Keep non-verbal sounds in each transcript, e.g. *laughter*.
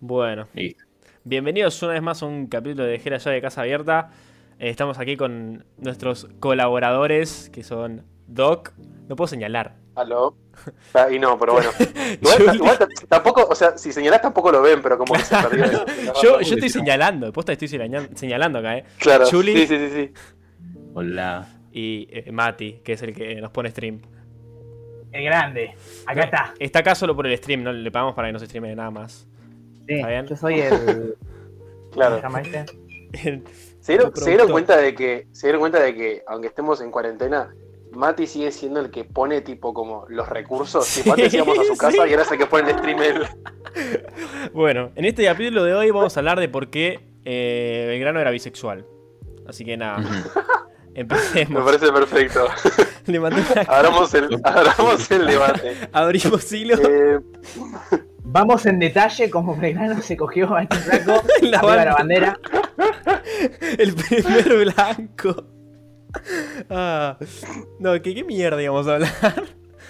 Bueno. Listo. Bienvenidos una vez más a un capítulo de Dejera Ya de Casa Abierta. Eh, estamos aquí con nuestros colaboradores, que son Doc. No puedo señalar. Aló. Ah, y no, *laughs* pero bueno. Igual, Yo- igual t- tampoco, o sea, si señalás tampoco lo ven, pero como que se perdió. *laughs* eso. Yo, yo estoy señalando, posta estoy señala- señalando acá, ¿eh? Claro. Juli. Sí, sí, sí, sí. Hola. Y eh, Mati, que es el que nos pone stream. El grande. Acá está. Está acá solo por el stream, no le pagamos para que nos streame nada más. *laughs* Sí, ¿Está bien? yo soy el. ¿Cómo se Claro. llama este? ¿Se dieron, Otro se dieron productor. cuenta de que, se dieron cuenta de que, aunque estemos en cuarentena, Mati sigue siendo el que pone tipo como los recursos. Sí, Tipo, antes íbamos a su casa *laughs* sí. y ahora es el que pone el streamer. Bueno, en este capítulo de hoy vamos a hablar de por qué eh, Belgrano era bisexual. Así que Ah. nada, Ujú. Me empecemos. parece perfecto. Le mandé una- *laughs* Abramos el, abramos el debate. Abrimos hilo Eh, Vamos en detalle cómo Belgrano se cogió a este flaco La arriba de banda. la bandera. El primer blanco. Ah, no, ¿qué, qué mierda íbamos a hablar?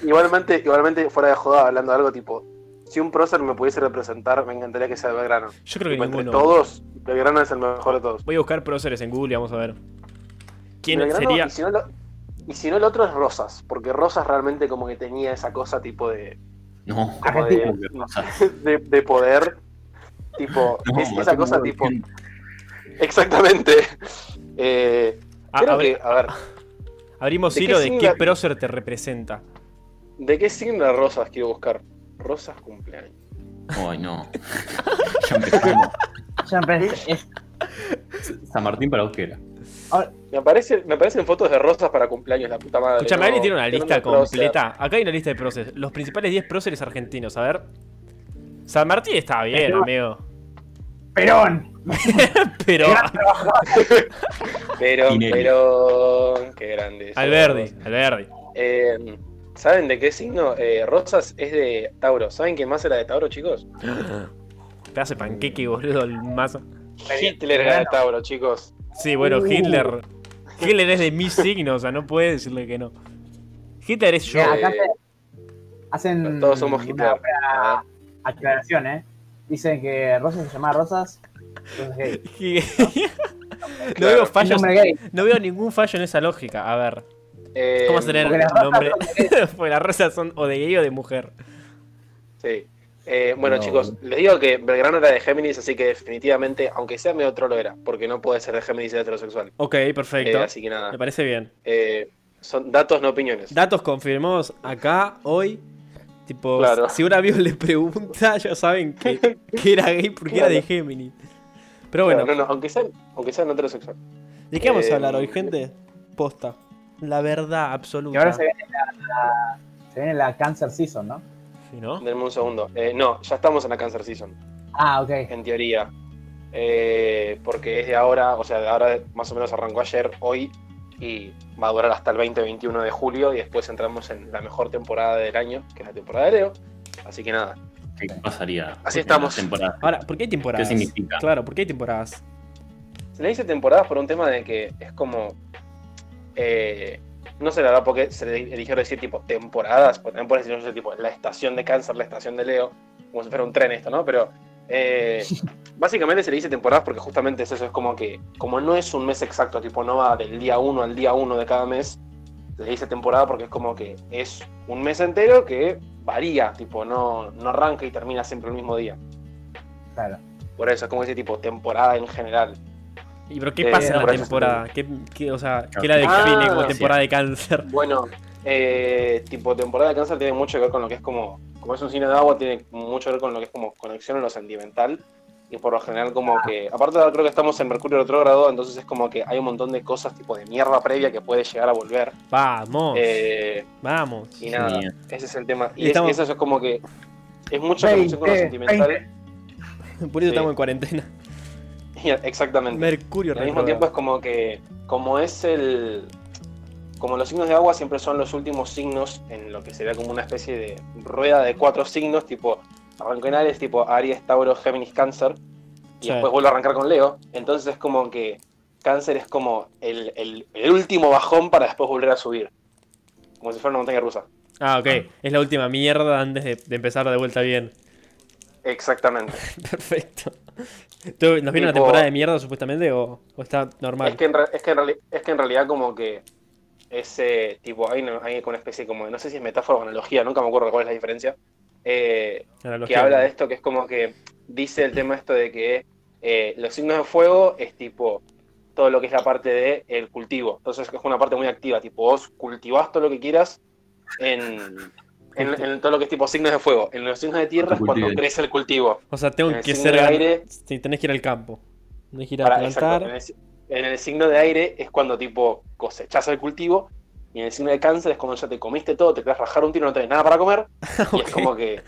igualmente, igualmente, fuera de joda, hablando de algo tipo, si un prócer me pudiese representar, me encantaría que sea Belgrano. Yo creo que Tipo, entre ninguno. todos, Belgrano es el mejor de todos. Voy a buscar próceres en Google y vamos a ver. ¿Quién Belgrano, sería? Y si, no lo, y si no, el otro es Rosas, porque Rosas realmente como que tenía esa cosa tipo de, No. como Argentina. de, de- de poder. Tipo, *laughs* No, es- esa mató cosa un tipo. Argentina. Exactamente. Eh, Ah, creo abri- que, a ver, abrimos ¿de qué hilo de sigla- qué prócer te representa. ¿de qué signo era Rosas quiero buscar? Rosas cumpleaños. Ay, no. ya empezamos. Ya empecé- es- San Martín para Euskera. Me aparecen, me aparecen fotos de Rosas para cumpleaños, la puta madre. Escuchame, no, alguien tiene una qué lista onda, Rosas. completa. Acá hay una lista de próceres. Los principales 10 próceres argentinos, a ver. San Martín está bien, Pero- amigo. Perón. Pero Perón, Tinelli. Perón, qué grande. Alberdi, Alberdi. Eh, ¿Saben de qué signo? Eh, Rosas es de Tauro. ¿Saben quién más era de Tauro, chicos? Te hace panqueque, boludo, el mazo. Hitler era de Tauro, chicos. Sí, bueno, Uh. Hitler. Hitler es de mi signo, o sea, no puede decirle que no. Hitler es yo. *laughs* Eh, acá se Mm, hacen. todos somos una Hitler. Ah. pra- aclaración, ¿eh? Dicen que Rosas se llamaba Rosas. Entonces, gay. no Claro. veo Un fallos. nombre gay. No veo ningún fallo en esa lógica. A ver, Eh, ¿cómo vas a tener porque las un nombre? *laughs* Porque las razas son o de gay o de mujer. Sí. Eh, bueno, No. chicos, les digo que Belgrano era de Géminis, así que definitivamente, aunque sea medio trolo, era. Porque no puede ser de Géminis y ser heterosexual. Ok, perfecto. Eh, así que nada. Me parece bien. Eh, son datos, no opiniones. Datos confirmados acá, hoy. Tipo, Claro. si un avión le pregunta, *laughs* ya saben que, que era gay porque era de Géminis. Pero bueno, No, no, aunque sean, aunque sean heterosexual. ¿de qué vamos Eh, a hablar hoy, gente? Posta. La verdad absoluta. Y ahora se viene la, la- se viene la Cancer Season, ¿no? Sí, ¿no? Denme un segundo. Eh, no, ya estamos en la Cancer Season. Ah, ok. en teoría. Eh, porque es de ahora, o sea, de ahora más o menos arrancó ayer, hoy, y va a durar hasta el 20-21 de julio, y después entramos en la mejor temporada del año, que es la temporada de Leo. Así que nada, ¿Qué pasaría? Así en estamos. la temporada? Ahora, ¿por qué hay temporadas? ¿Qué significa? Claro, ¿por qué hay temporadas? se le dice temporadas por un tema de que es como. eh, no sé la verdad porque se le eligió decir tipo temporadas, porque también puedes decir, no sé, tipo la estación de cáncer, la estación de Leo, como si fuera un tren esto, ¿no? Pero. eh, básicamente se le dice temporadas porque justamente es eso, es como que, como no es un mes exacto, tipo no va del día 1 al día 1 de cada mes, se le dice temporada porque es como que es un mes entero que varía, tipo no, no arranca y termina siempre el mismo día. Claro. Por eso es como ese tipo temporada en general. ¿Y pero qué Eh, pasa en la por eso temporada? ¿Qué, qué- o sea, Claro. ¿qué la define Ah, como sí. temporada de cáncer? *laughs* Bueno, eh, tipo temporada de cáncer tiene mucho que ver con lo que es como, como es un cine de agua, tiene mucho que ver con lo que es como conexión en lo sentimental. Y por lo general como que, aparte ahora creo que estamos en Mercurio retrógrado, entonces es como que hay un montón de cosas tipo de mierda previa que puede llegar a volver. Vamos, Eh, vamos. y nada, Genial. ese es el tema. Y Y es- estamos- eso es como que es mucha conexión con lo 20, sentimental. *laughs* Por eso sí. estamos en cuarentena. Y- *laughs* *laughs* Exactamente. Mercurio, Y al mismo tiempo es retrógrado. como que, como es el, como los signos de agua siempre son los últimos signos en lo que sería como una especie de rueda de cuatro signos, tipo, arrancó en Aries, tipo Aries, Tauro, Géminis, Cáncer, y Sí. después vuelvo a arrancar con Leo, entonces es como que Cáncer es como el, el- el último bajón para después volver a subir, como si fuera una montaña rusa. Ah, ok. Es la última mierda antes de, de empezar de vuelta bien. *laughs* Exactamente. Perfecto. ¿Tú- ¿Nos viene una Tipo- temporada de mierda supuestamente o, o está normal? Es que, en re- es, que en reali- es que en realidad como que ese tipo, hay una, hay como una especie como de, no sé si es metáfora o analogía, nunca me acuerdo cuál es la diferencia, eh, que Analogía, habla ¿no? de esto que es como que dice el tema esto de que eh, los signos de fuego es tipo todo lo que es la parte del el cultivo, entonces es una parte muy activa, tipo vos cultivás todo lo que quieras en, en- en todo lo que es tipo signos de fuego, en los signos de tierra es cuando Cultiven. crece el cultivo. O sea, tengo en el que signo ser. de aire- sí, Tenés que ir al campo. Tenés que ir a Para- plantar. exacto, en, el, si- en el signo de aire es cuando tipo cosechas el cultivo y en el signo de cáncer es cuando ya te comiste todo, te querés rajar un tiro, no tenés nada para comer y *laughs* es Ok. como que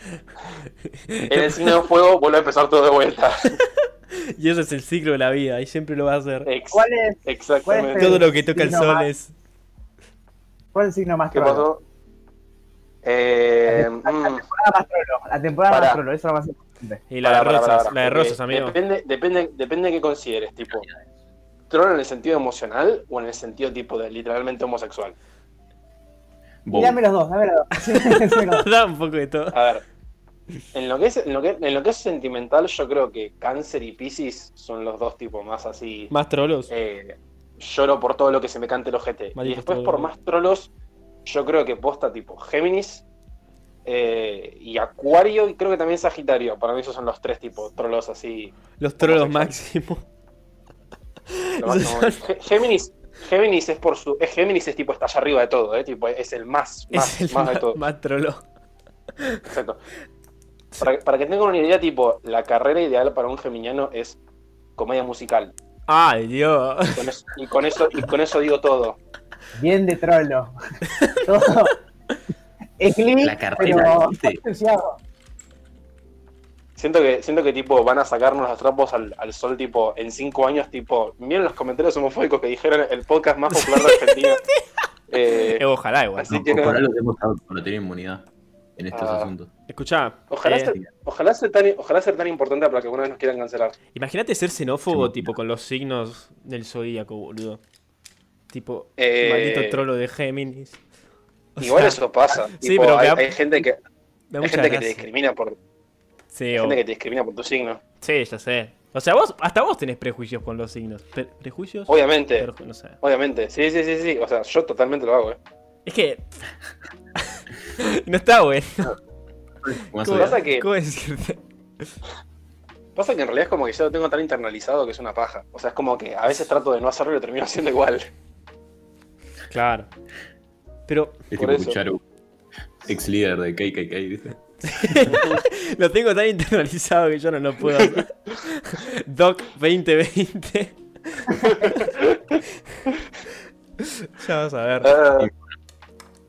en el signo de fuego vuelve a empezar todo de vuelta. *laughs* Y eso es el ciclo de la vida. Y siempre lo va a hacer. Ex- ¿Cuál es, exactamente. Todo lo que toca el Sí, no, sol va. es. cuál es el signo más ¿Qué trolo? pasó? Eh, La mm, temporada más trolo. La temporada Pará. más trolo, eso es lo más importante. Y la mm, pará, de pará, rosas, pará, pará, la de porque rosas, amigo. *laughs* Depende, depende, depende de qué consideres, tipo. ¿Troll en el sentido emocional o en el sentido tipo de literalmente homosexual? Bow. Dame los dos, dame los dos. *laughs* Sí, sí, los dos. da un poco de todo. A ver, en lo que es, en lo que, en lo que es sentimental, yo creo que Cáncer y Pisces son los dos tipos más así. Más trolos. eh, lloro por todo lo que se me cante el ojete. Malditos y después trolos. por más trolos, yo creo que posta tipo Géminis eh, y Acuario y creo que también Sagitario. Para mí esos son los tres tipos trolos así. los trolos homosexual. máximos. lo máximo. *laughs* Gé- Géminis. Géminis es por su. Es Géminis es tipo está allá arriba de todo, eh, tipo, es el más, *laughs* más, es el más más, de todo. más trolo. Exacto. Para, para que tengan una idea, tipo, la carrera ideal para un geminiano es comedia musical. Ay, Dios. Y con eso, y con eso, y con eso digo todo. Bien de trolo. Todo. Eclipse, La cartera, pero *laughs* ¿viste? ensuciado. Siento que, siento que tipo, van a sacarnos los trapos al, al sol, tipo, en cinco años, tipo, miren los comentarios homofóbicos que dijeron el podcast más popular de Argentina. Eh, Eh, ojalá igual. Así No, que- por por algo hemos dado para tener inmunidad en estos Ah. asuntos. Escuchá. ojalá, eh, ser, ojalá, ser tan, ojalá ser tan importante para que alguna vez nos quieran cancelar. Imagínate ser Sí, xenófobo, bueno. tipo, con los signos del zodíaco, boludo. Tipo, Eh, maldito trolo de Géminis. O *laughs* Igual *laughs* sea, eso pasa. sí, Tipo, pero me hay, da- hay gente que, me da hay mucha gente que te gracia. discrimina por, Sí, hay o- gente que te discrimina por tu signo. sí, ya sé. O sea, vos, hasta vos tenés prejuicios con los signos. Pre- ¿Prejuicios? Obviamente. Perju- no sé. Obviamente, sí, sí, sí, sí. O sea, yo totalmente lo hago, eh. Es que. *laughs* no está, güey. Más ¿Cómo, allá. pasa que- cómo *laughs* decirte? Pasa que en realidad es como que yo lo tengo tan internalizado que es una paja. O sea, es como que a veces trato de no hacerlo y lo termino *laughs* haciendo igual. Claro. Pero Es Por tipo eso. Cucharo, ex líder de KKK, ¿viste? lo tengo tan internalizado que yo no lo puedo *laughs* hacer. Doc 2020. *laughs* ya vas a ver. Ah,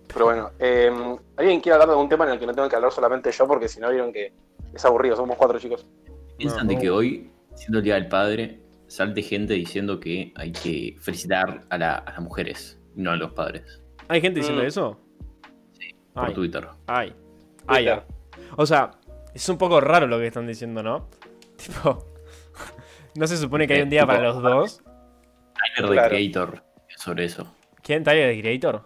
pero bueno, eh, ¿alguien quiere hablar de algún tema en el que no tengo que hablar solamente yo? Porque si no, vieron que es aburrido. Somos cuatro chicos. Piensan No, de no. que hoy, siendo el Día del Padre, salte gente diciendo que hay que felicitar a, la- a las mujeres, no a los padres, ¿Hay gente diciendo Mm. eso? por Ay, Twitter. ay, ay. Twitter. O sea, es un poco raro lo que están diciendo, ¿no? *laughs* Tipo, ¿no se supone que hay un día para los dos? Tyler, the Claro. Creator, sobre eso. ¿Quién? ¿Tyler, de Creator?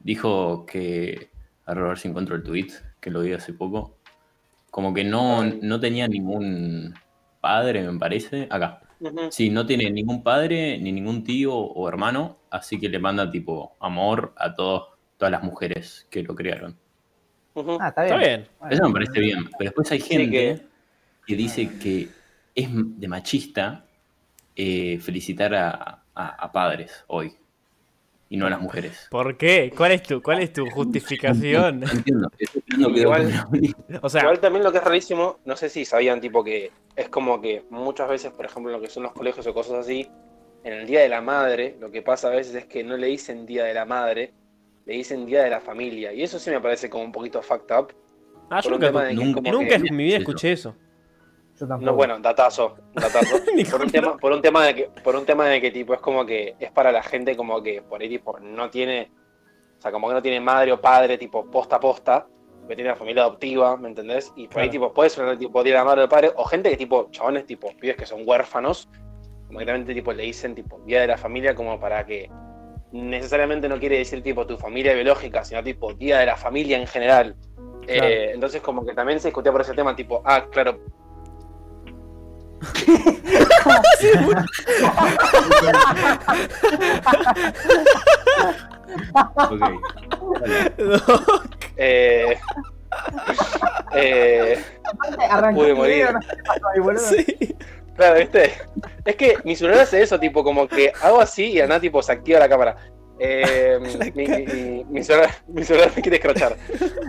Dijo que, a ver si encuentro el tweet, que lo vi hace poco, como que no, no tenía ningún padre, me parece, acá. Ujú. Sí, no tiene ningún padre, ni ningún tío o hermano, así que le manda tipo amor a todos, todas las mujeres que lo crearon. Ujú. Ah, está bien. Está bien. Bueno. Eso me parece bien, pero después hay Sí, gente que- que dice que es de machista eh, felicitar a, a- a padres hoy y no a las mujeres. ¿Por qué? ¿Cuál es tu, cuál es tu justificación? *laughs* No entiendo, estoy esperando que Igual- O sea, Igual también lo que es rarísimo, no sé si sabían, tipo que es como que muchas veces, por ejemplo, en lo que son los colegios o cosas así, en el Día de la Madre, lo que pasa a veces es que no le dicen Día de la Madre, le dicen Día de la Familia. Y eso sí me parece como un poquito fucked up. ah, yo por un nunca, tema de que es nunca- como nunca que- en mi vida escuché eso. Yo tampoco. No, bueno, datazo, datazo. *laughs* Ni por, un tema, por un tema de que, por un tema de que tipo es como que es para la gente como que por ahí tipo no tiene, o sea, como que no tiene madre o padre tipo posta a posta, que tiene una familia adoptiva, ¿me entendés? Y por ahí Claro. tipo puede sonar tipo tiene la madre o el padre, o gente que tipo, chabones tipo, pibes que son huérfanos, como que realmente tipo le dicen tipo día de la familia como para que necesariamente no quiere decir tipo tu familia biológica, sino tipo día de la familia en general. Eh, Claro. entonces, como que también se discutía por ese tema, tipo, ah, claro, Ok. Vale. eh, eh, Aparte, arrancó Pude el morir. video, no sé qué pasó ahí, boludo. sí. Claro, ¿viste? Es que mi celular hace eso, tipo, como que hago así y Ana, tipo, se activa la cámara. Eh, mi, mi- mi- mi celular, mi celular me quiere escrachar.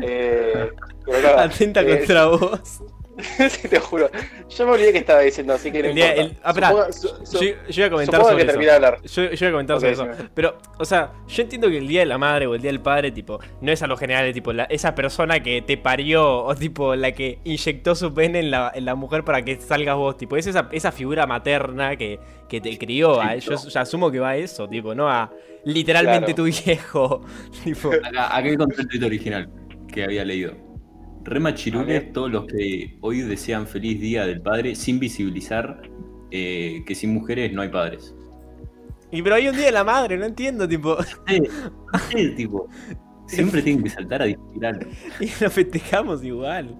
Eh, pero nada, Atenta eh, contra vos. *laughs* sí, te juro. Yo me olvidé que estaba diciendo, así que no El día- importa. el- ah, pará, Supongo- su- su- Yo, yo iba a comentar supongo sobre que eso. terminé de hablar. Yo, yo iba a comentar Ok, sobre eso. decime. Pero, o sea, yo entiendo que el día de la madre o el día del padre, tipo, no es a lo general, es tipo, la- esa persona que te parió o tipo la que inyectó su pene en la, en la mujer para que salgas vos, tipo, es esa, esa figura materna que, que te crió. a- yo, yo asumo que va a eso, tipo, no a literalmente Claro. tu viejo. *laughs* tipo, Acá, acá encontré el tuit original que había leído. A Remachirules ver. todos los que hoy desean feliz día del padre sin visibilizar eh, que sin mujeres no hay padres. y pero hay un día de la madre, no entiendo, tipo, Eh, eh, tipo, siempre tienen que saltar a discutir algo. *laughs* y lo festejamos igual.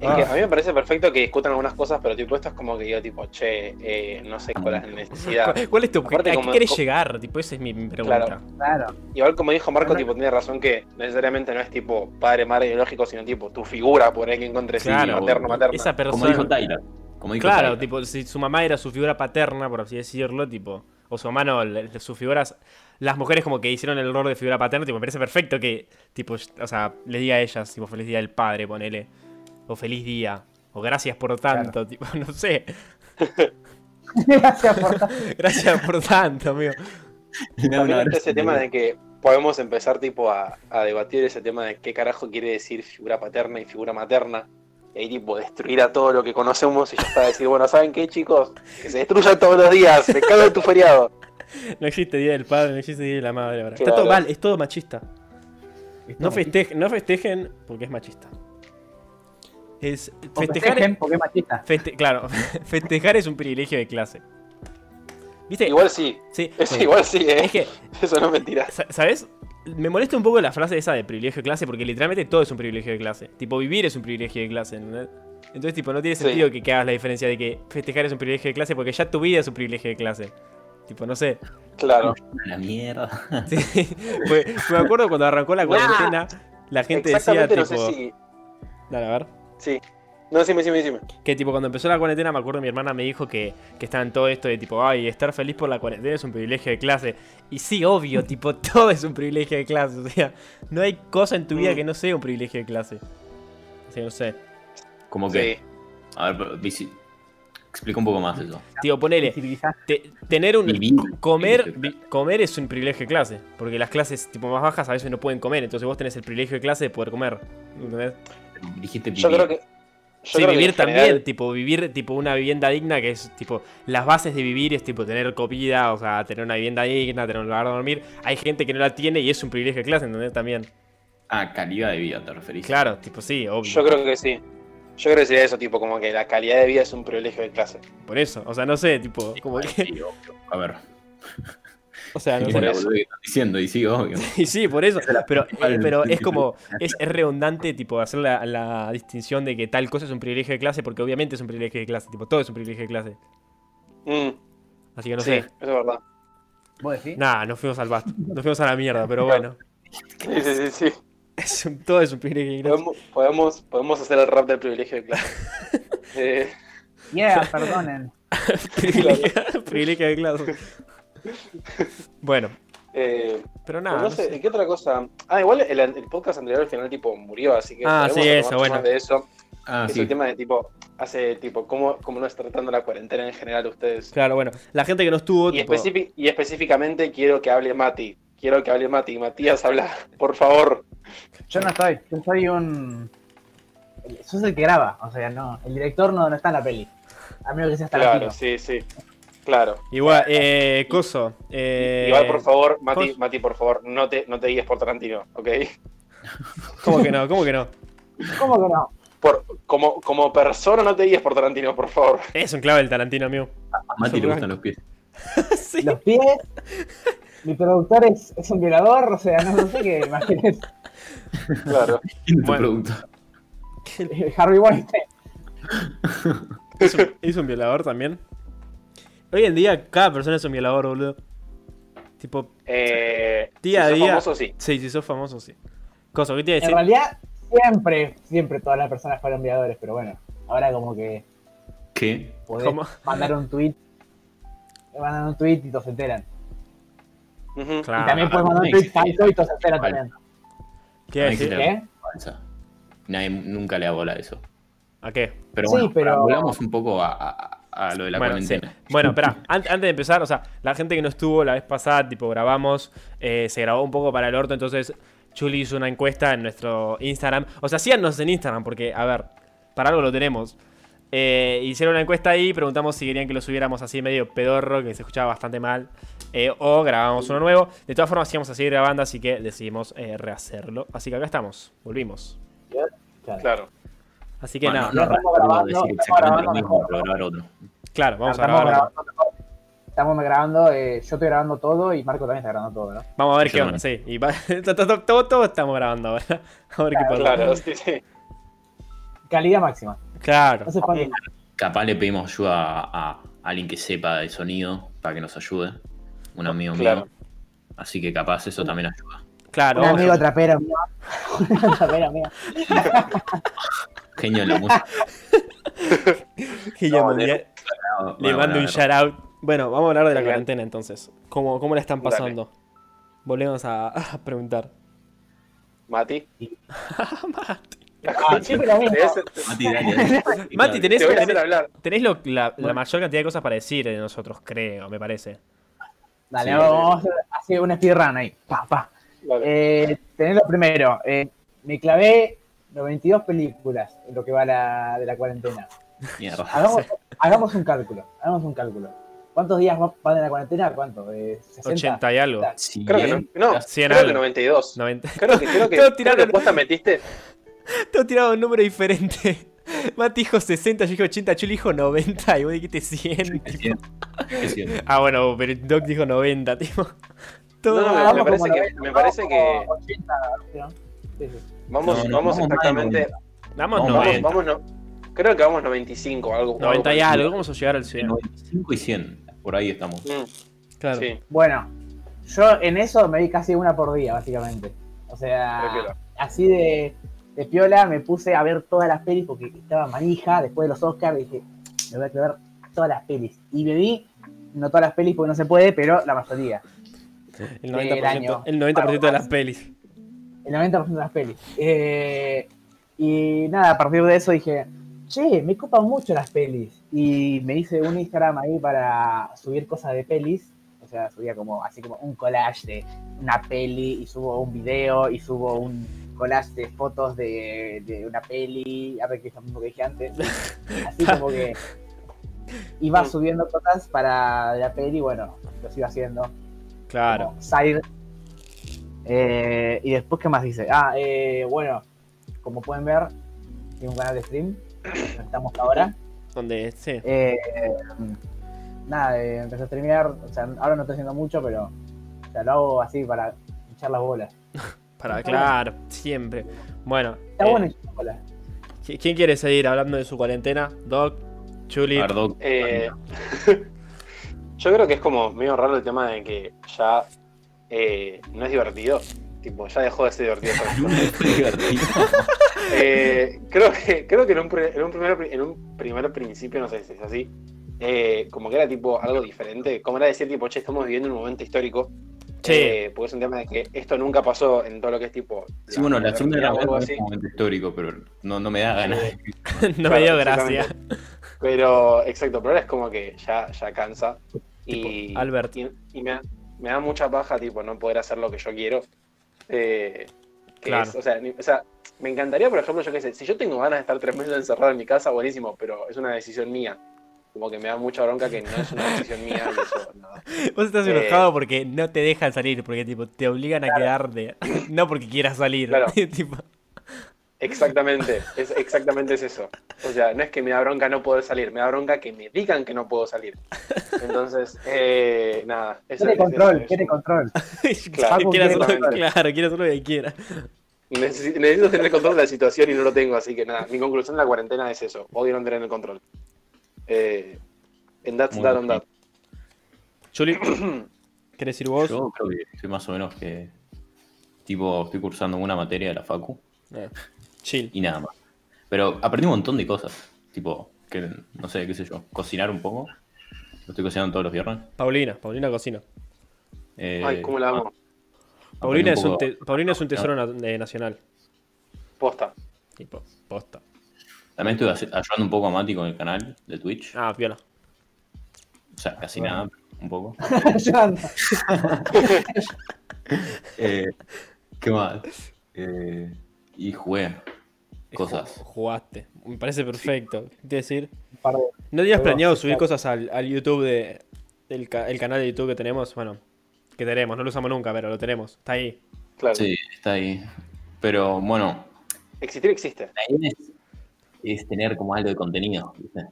Ah. Es que a mí me parece perfecto que discutan algunas cosas, pero tipo, esto es como que digo, tipo, che, eh, no sé cuál es la necesidad. ¿Cuál, cuál es tu objetivo? Aparte, ¿A qué como- querés co- llegar? Tipo, esa es mi pregunta. Claro. Claro. *laughs* Igual como dijo Marco, tipo, tiene razón que necesariamente no es tipo padre, madre biológico, sino tipo tu figura por ahí que encuentres sí, Claro, materno, materno. Esa persona. Como dijo Tyler. Como dijo Claro, Tyler. tipo, si su mamá era su figura paterna, por así decirlo, tipo, o su mamá no, la- sus figuras, las mujeres como que hicieron el rol de figura paterna, tipo, me parece perfecto que, tipo, o sea, le diga a ellas, tipo, feliz día del padre, ponele, o feliz día, o gracias por tanto, tipo, *laughs* no sé, Gracias por gracias por tanto, amigo. *laughs* Le da un También está abrazo. ese tema de que podemos empezar tipo a, a debatir ese tema de qué carajo quiere decir figura paterna y figura materna. Y ahí tipo destruir a todo lo que conocemos y ya está decir, bueno, ¿saben qué chicos? Que se destruyan todos los días, me cago en tu feriado. No existe día del padre, no existe día de la madre ahora. Está Claro. todo mal, es todo machista. No, festejen, no festejen porque es machista. Es O festejar, festejen porque es machista. Feste- claro, *laughs* festejar es un privilegio de clase. ¿Viste? Igual sí, *laughs* sí, es, porque- igual sí, ¿eh? es que, eso no es mentira. sa- ¿sabes? Me molesta un poco la frase esa de privilegio de clase porque literalmente todo es un privilegio de clase. Tipo, vivir es un privilegio de clase, ¿entendés? Entonces, tipo, no tiene Sí. sentido que, que hagas la diferencia de que festejar es un privilegio de clase porque ya tu vida es un privilegio de clase. Tipo, no *laughs* sé. Claro. La mierda. Sí. *laughs* Fue- me acuerdo cuando arrancó la cuarentena, la gente decía, Exactamente tipo... no sé si... Dale, a ver. Sí. No, decime, decime, decime. Que tipo, cuando empezó la cuarentena, me acuerdo mi hermana me dijo que, que estaba en todo esto de tipo, ay, estar feliz por la cuarentena es un privilegio de clase. Y sí, obvio, tipo, todo es un privilegio de clase. O sea, no hay cosa en tu vida Mm. que no sea un privilegio de clase. O sea, no sé. Como que. Sí. A ver, pero visi- explica un poco más eso. Tío, ponele, Visibilizar. te- tener un. Vivir. Comer, vi- comer es un privilegio de clase. Porque las clases tipo más bajas a veces no pueden comer. Entonces vos tenés el privilegio de clase de poder comer. ¿entendés? Dijiste Yo vivir. creo que. Yo Sí, creo que vivir en general- también, tipo, vivir tipo una vivienda digna, que es tipo, las bases de vivir es tipo tener comida, o sea, tener una vivienda digna, tener un lugar donde dormir. Hay gente que no la tiene y es un privilegio de clase, ¿entendés? También. Ah, calidad de vida te referís. Claro, tipo, sí, obvio. Yo creo que sí. Yo creo que sería eso, tipo, como que la calidad de vida es un privilegio de clase. Por eso, o sea, no sé, tipo, como que. Ah, Sí, obvio. A ver. *laughs* O sea, no Por la sé. boludez que estás diciendo, y sí, obvio. Y sí, por eso. Pero, principal- pero es como. Es, es redundante, tipo, hacer la, la distinción de que tal cosa es un privilegio de clase, porque obviamente es un privilegio de clase, tipo, todo es un privilegio de clase. Mm, Así que no sí, sé. eso es verdad. ¿Vos decís? Nada, nos fuimos al basto. Nos fuimos a la mierda, pero bueno. *laughs* Sí, sí, sí, sí. Es un- todo es un privilegio de clase. Podemos, podemos, podemos hacer el rap del privilegio de clase. *laughs* Eh, Yeah, perdonen. privilegio, *laughs* privilegio de clase. Bueno, eh, pero pero nada. no no sé, sé. ¿qué otra cosa? Ah, igual el, el podcast anterior al final, tipo, murió, así que. Ah, podemos sí, hablar eso, más bueno. De eso. Ah, es sí. el tema de, tipo, hace, tipo, cómo, cómo nos está tratando la cuarentena en general ustedes. Claro, bueno, la gente que no estuvo. Y, tipo, especifi- y específicamente quiero que hable Mati. Quiero que hable Mati. Matías, habla, por favor. Yo no estoy, yo soy un. el- Sos el que graba, o sea, no. El director no, no está en la peli. A menos que seas Claro, Tarantino. sí, sí. Claro. Igual, eh, Coso. Eh, Igual, por favor, Mati, cos- Mati, por favor, no te, no te guíes por Tarantino, ¿ok? ¿Cómo que no? ¿Cómo que no? ¿Cómo que no? Por, como, como persona, no te guíes por Tarantino, *laughs* por favor. *laughs* Es un clave el Tarantino, amigo. *laughs* A Mati le gustan los pies. sí. Los pies. Mi productor es, es un violador, o sea, no, no sé qué imagines. Claro. ¿Quién es tu Bueno. productor? *laughs* Harry Weinstein. ¿Es un, es un violador también? Hoy en día cada persona es un violador, boludo. Tipo, Eh, Día a si sos día. famoso, sí. sí, si sos famoso, sí. Cosa, ¿qué te iba a En decir? realidad, siempre, siempre todas las personas fueron violadores, pero bueno, ahora como que ¿Qué? podés ¿Cómo? mandar un tweet. Mandan un tweet y todos se enteran. Ujú. y Claro. también puedes mandar un no tweet existe. falso y todos se enteran Vale. también. ¿Qué iba a Ay, decir? claro. ¿Qué? Falsa. Nadie nunca le da bola a eso. ¿A qué? Pero Sí, bueno, pero- volvamos un poco a, a- a lo de la Bueno, cuarentena. sí. Bueno, espera, an- antes, de empezar, o sea, la gente que no estuvo la vez pasada, tipo, grabamos, eh, se grabó un poco para el orto, entonces Chuli hizo una encuesta en nuestro Instagram. O sea, síganos en Instagram, porque, a ver, para algo lo tenemos. Eh, hicieron una encuesta ahí, preguntamos si querían que lo subiéramos así medio pedorro, que se escuchaba bastante mal, eh, o grabamos uno nuevo. De todas formas, íbamos a seguir grabando, así que decidimos eh, rehacerlo. Así que acá estamos, volvimos. Claro. Claro. Así que Bueno, nada, no, Estamos no, grabando, decir estamos exactamente lo grabando mismo, mejor. pero grabar otro. claro, vamos a estamos, grabar. ahora. grabando, todo. estamos grabando, eh, yo estoy grabando todo y Marco también está grabando todo, ¿no? Vamos a ver Yo qué onda, sí. Y va- *laughs* to- to- to- todo, todo estamos grabando ahora. *laughs* A ver qué pasa. Claro, sí, sí. Calidad máxima. Claro. No se falta Sí. Capaz le pedimos ayuda a, a alguien que sepa de sonido para que nos ayude. Un amigo Claro. mío. Así que capaz eso también ayuda. Claro, un vamos amigo a- trapero mío. *laughs* un trapero mío. Genio de la música. que ya No, mandé- le- Bueno, le bueno, mando un bueno. shout out. Bueno, vamos a hablar de la Genial. cuarentena entonces. ¿Cómo, cómo la están Dale. pasando? Volvemos a, a *laughs* preguntar. *laughs* Mati. *laughs* Ah, siempre lo mismo. Te ves- Mati, dale, dale. Mati, tenés, Te voy a hacer tenés, hablar. tenés lo- la, la Bueno. mayor cantidad de cosas para decir de nosotros, creo, me parece. Dale, Sí. vamos a hacer así un speedrun ahí. Pa, pa. Dale. Eh, tenés lo primero. eh, me clavé 92 películas en lo que va la, de la cuarentena. Mierda. Hagamos, hagamos un cálculo. Hagamos un cálculo. ¿Cuántos días va- van de la cuarentena? ¿Cuánto? Eh, 60. 80 y algo. Sí, Creo que ¿eh? no. No, Cien creo que algo. *laughs* 92. 90. Creo que, creo que, Todos creo que tiraron- vos te metiste. Te he tirado un número diferente. *laughs* Mati dijo 60, yo dije 80, Chuli dijo 90 y vos dijiste *laughs* 100. Es tipo. cierto. Es cierto. Ah, bueno, pero Doc dijo 90, tipo. Todo. No, no, Hagamos me parece como que- 90, me parece como que- 80, ¿no? Sí, sí. Vamos, No, no, vamos vamos exactamente. Vamos Vamos, 90. Vamos, vamos, no. Creo que vamos 95 o algo. o 90 y parecido. algo, vamos a llegar al 100. 95 y 100. Por ahí estamos. Mm, Claro. Sí, Bueno, yo en eso me di casi una por día, básicamente. O sea, creo que era. así de, de piola me puse a ver todas las pelis porque estaba manija después de los Oscars. Dije, me voy a clavar a todas las pelis. Y me vi, no todas las pelis porque no se puede, pero la mayoría. El Del 90%, año. el 90 de Vamos. las pelis. El 90% de las pelis. Eh, y nada, a partir de eso dije, che, me copan mucho las pelis. Y me hice un Instagram ahí para subir cosas de pelis. O sea, subía como así como un collage de una peli y subo un video y subo un collage de fotos de, de una peli. A ver, que es lo mismo que dije antes. Así como que iba subiendo cosas para la peli. Bueno, los iba haciendo Claro. como Side. Eh, y después, ¿qué más dice? Ah, eh, bueno, como pueden ver, tiene un canal de stream. donde Estamos ahora. Donde, sí. Eh, nada, eh, empecé a streamear. O sea, ahora no estoy haciendo mucho, pero o sea, lo hago así para echar las bolas. Para aclarar, siempre. Bueno, Está eh, bueno echar las bolas. ¿qui- ¿quién quiere seguir hablando de su cuarentena? Doc, Chuli. Ardoc, *laughs* Eh, *laughs* yo creo que es como medio raro el tema de que ya eh, no es divertido. Tipo, ya dejó de ser divertido. *laughs* Eh, creo que, creo que en, un, pri- en un primer, pri- en un primer principio, no sé si es así, eh, como que era tipo algo diferente, como era decir tipo, che, estamos viviendo un momento histórico, Sí. eh, porque es un tema de que esto nunca pasó en todo lo que es tipo... Sí, bueno, la segunda era modernidad o algo un así, momento histórico, pero no, no me da ganas. *laughs* no me dio claro, gracia. *laughs* pero exacto, pero ahora es como que ya, ya cansa y, Tipo, Albert. y, y me, da- me da mucha paja tipo no poder hacer lo que yo quiero. eh, que Claro. es- o, sea, ni- o sea, me encantaría, por ejemplo, yo qué sé, si yo tengo ganas de estar tres meses encerrado en mi casa, buenísimo, pero es una decisión mía. Como que me da mucha bronca que no es una decisión mía y eso, nada. Vos estás Eh, enojado porque no te *laughs* dejan salir, porque *laughs* tipo te obligan a quedarte. No porque quieras salir. Claro. Tipo, Exactamente, es, exactamente es eso. O sea, no es que me da bronca no poder salir, me da bronca que me digan que no puedo salir. Entonces, eh, nada. eso Tiene es- control, es- tiene control. *laughs* Claro, Claro, quiere hacer lo que- exactamente. claro, quiere hacer lo que quiera. Necesi- necesito tener control de la situación y no lo tengo, así que nada, mi conclusión de la cuarentena es eso, odio no tener el control. Eh, and that's Muy that bien. on that. Juli, *clears throat* ¿querés ir vos? Yo creo que estoy más o menos que. Tipo, estoy cursando una materia de la Facu Eh, Chill. y nada más. Pero aprendí un montón de cosas. Tipo, que no sé, qué sé yo, cocinar un poco. Lo estoy cocinando todos los viernes. Paulina, Paulina cocina. Eh, Ay, cómo la amo. Paulina es, aprendí un poco- te- Paulina es un tesoro na- eh, nacional. Posta. Tipo, posta. También estoy hace- ayudando un poco a Mati con el canal de Twitch. Ah, viola. O sea, casi Bueno. nada, un poco. Ayudando. Eh, ¿Qué más? Eh, y jugué cosas. Ju- Jugaste. Me parece perfecto. ¿Qué te decir? Par de- ¿No tenías Juegos, planeado subir claro. cosas al, al YouTube de. del ca- el canal de YouTube que tenemos? Bueno, que tenemos, no lo usamos nunca, pero lo tenemos. Está ahí. Claro. Sí, está ahí. Pero bueno, Existir existe. la idea es, es tener como algo de contenido. ¿viste?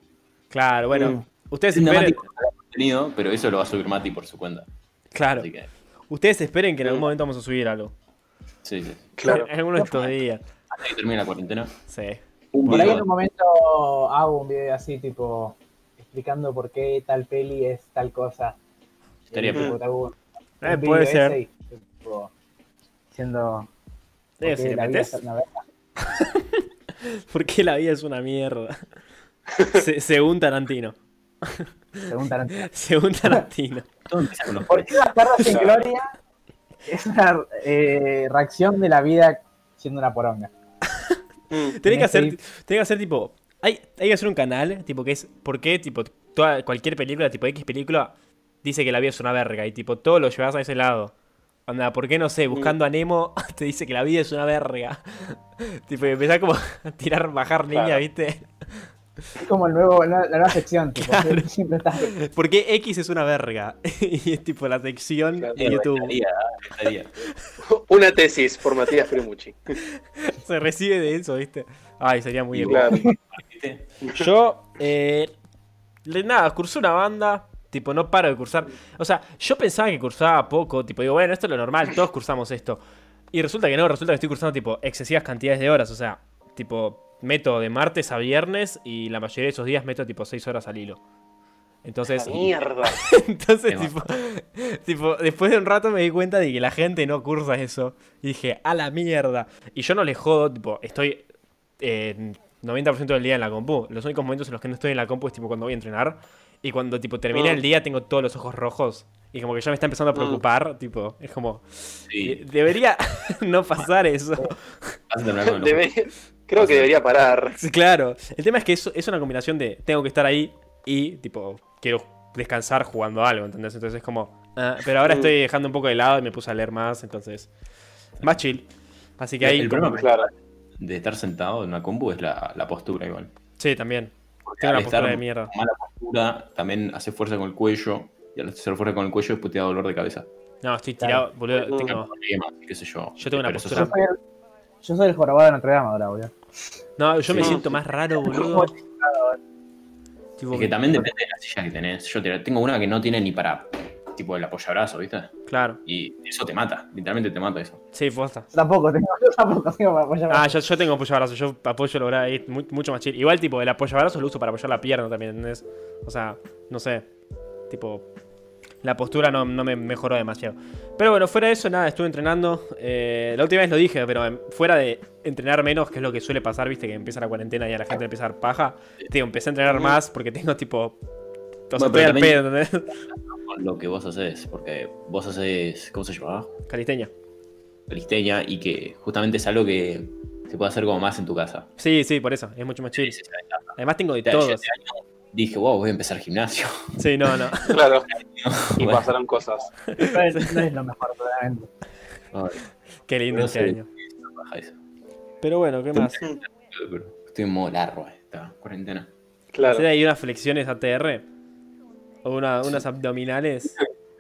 Claro, bueno. Mm. Ustedes Siendo esperen. Mati con algo de contenido, pero eso lo va a subir Mati por su cuenta. Claro. Así que, Ustedes esperen que en algún momento vamos a subir algo. sí, sí. Claro. En alguno de estos días. Hasta que termine la cuarentena. Sí. Un Por ahí video en un momento hago un video así, tipo, explicando por qué tal peli es tal cosa. Estaría Tipo, bien. te hago un- Eh, un puede video ser. ese y, tipo, Diciendo Eh, por si qué le la vida metés, es una verga. *laughs* ¿por qué la vida es una *laughs* mierda? Se- según Tarantino. Según Tarantino. Según *laughs* Tarantino. Todo empieza *laughs* con los ¿Por jueces. qué Bastardos sin Gloria es una eh, reacción de la vida siendo una poronga? Mm. Tenés que Tenés hacer, que ir- tenés que hacer tipo. Hay, hay que hacer un canal, tipo, que es. ¿Por qué, tipo, toda, cualquier película, tipo X película, dice que la vida es una verga? Y tipo, todo lo llevas a ese lado. Anda, ¿por qué no sé? Buscando a Nemo *laughs* te dice que la vida es una verga. *laughs* tipo, y empezás como a tirar, bajar línea, Claro. ¿viste? *laughs* Es como el nuevo, la, la nueva sección, tipo, Claro. siempre- siempre está ¿Por qué X es una verga? *laughs* y es tipo la sección Claro, de YouTube. Estaría, ¿eh? estaría. Una tesis por Matías Fremucci. Se recibe de eso, ¿viste? Ay, sería muy Y épico. Claro. ¿Viste? Yo, eh, le- nada, cursé una banda, tipo, no paro de cursar. O sea, yo pensaba que cursaba poco, tipo, digo, bueno, esto es lo normal, todos cursamos esto. Y resulta que no, resulta que estoy cursando, tipo, excesivas cantidades de horas, o sea, tipo, meto de martes a viernes y la mayoría de esos días meto, tipo, 6 horas al hilo. Entonces, La mierda. entonces Es tipo, *laughs* tipo, después de un rato me di cuenta de que la gente no cursa eso. Y dije, a la mierda. Y yo no le jodo, tipo, estoy eh, 90% del día en la compu. Los únicos momentos en los que no estoy en la compu es tipo cuando voy a entrenar. Y cuando tipo termina Ah. el día tengo todos los ojos rojos. Y como que ya me está empezando a preocupar, tipo, es como, eh, Sí, debería *laughs* no pasar eso. vas a terminar *laughs* con los Debe- Creo que debería parar. Sí, Claro, el tema es que eso es una combinación de tengo que estar ahí y tipo quiero descansar jugando algo, ¿entendés? Entonces es como, ah, pero ahora Mm. estoy dejando un poco de lado y me puse a leer más, entonces más chill. Así que El- ahí el problema- Claro. de estar sentado en una compu es la, la postura igual. sí, también. Porque Tengo al una postura estar de mierda. con mala postura también hace fuerza con el cuello y al hacer fuerza con el cuello después te da dolor de cabeza. No, estoy Claro. tirado, boludo, Mm. tengo- Problemas, qué sé yo. Yo tengo una Pero eso postura- Yo soy el, yo soy el jorobado de Notre Dame ahora, boludo. No, yo me Sí. siento más raro, *laughs* boludo. son- Tipo, Es que también depende de la silla que tenés. Yo te- tengo una que no tiene ni para tipo el apoyabrazo, ¿viste? claro. Y eso te mata, literalmente te mata eso. Sí, posta. Yo tampoco tengo, *laughs* yo tampoco tengo para apoyar. Ah, yo, yo tengo apoyo abrazo, yo apoyo lo verdad, es mu- mucho más chill. Igual tipo, el apoyo abrazo lo uso para apoyar la pierna también, ¿entendés? O sea, no sé. Tipo, la postura no, no me mejoró demasiado. Pero bueno, fuera de eso, nada, estuve entrenando. Eh, la última vez lo dije, pero em, fuera de entrenar menos, que es lo que suele pasar, viste, que empieza la cuarentena y a la gente le empieza a dar paja. Digo, empecé a entrenar más porque tengo tipo. O sea, Bueno, pero estoy al también- pedo, ¿entendés? *laughs* Con lo que vos haces, porque vos haces, ¿cómo se llama? Calisteña. Calisteña y que justamente es algo que se puede hacer como más en tu casa. Sí, sí, por eso, es mucho más chill. Esa es la ventaja. Además tengo de Yo todos. este año Dije, wow, voy a empezar gimnasio. *laughs* Sí, no, *laughs* no. Claro. Y Bueno. pasaron cosas. No es, no es lo mejor, claramente. Ay, Qué lindo No este sé. año. baja eso. Pero bueno, ¿qué más? Pero Estoy en modo largo eh, esta cuarentena. Claro. Hacer ahí unas flexiones ATR. O una- unas abdominales.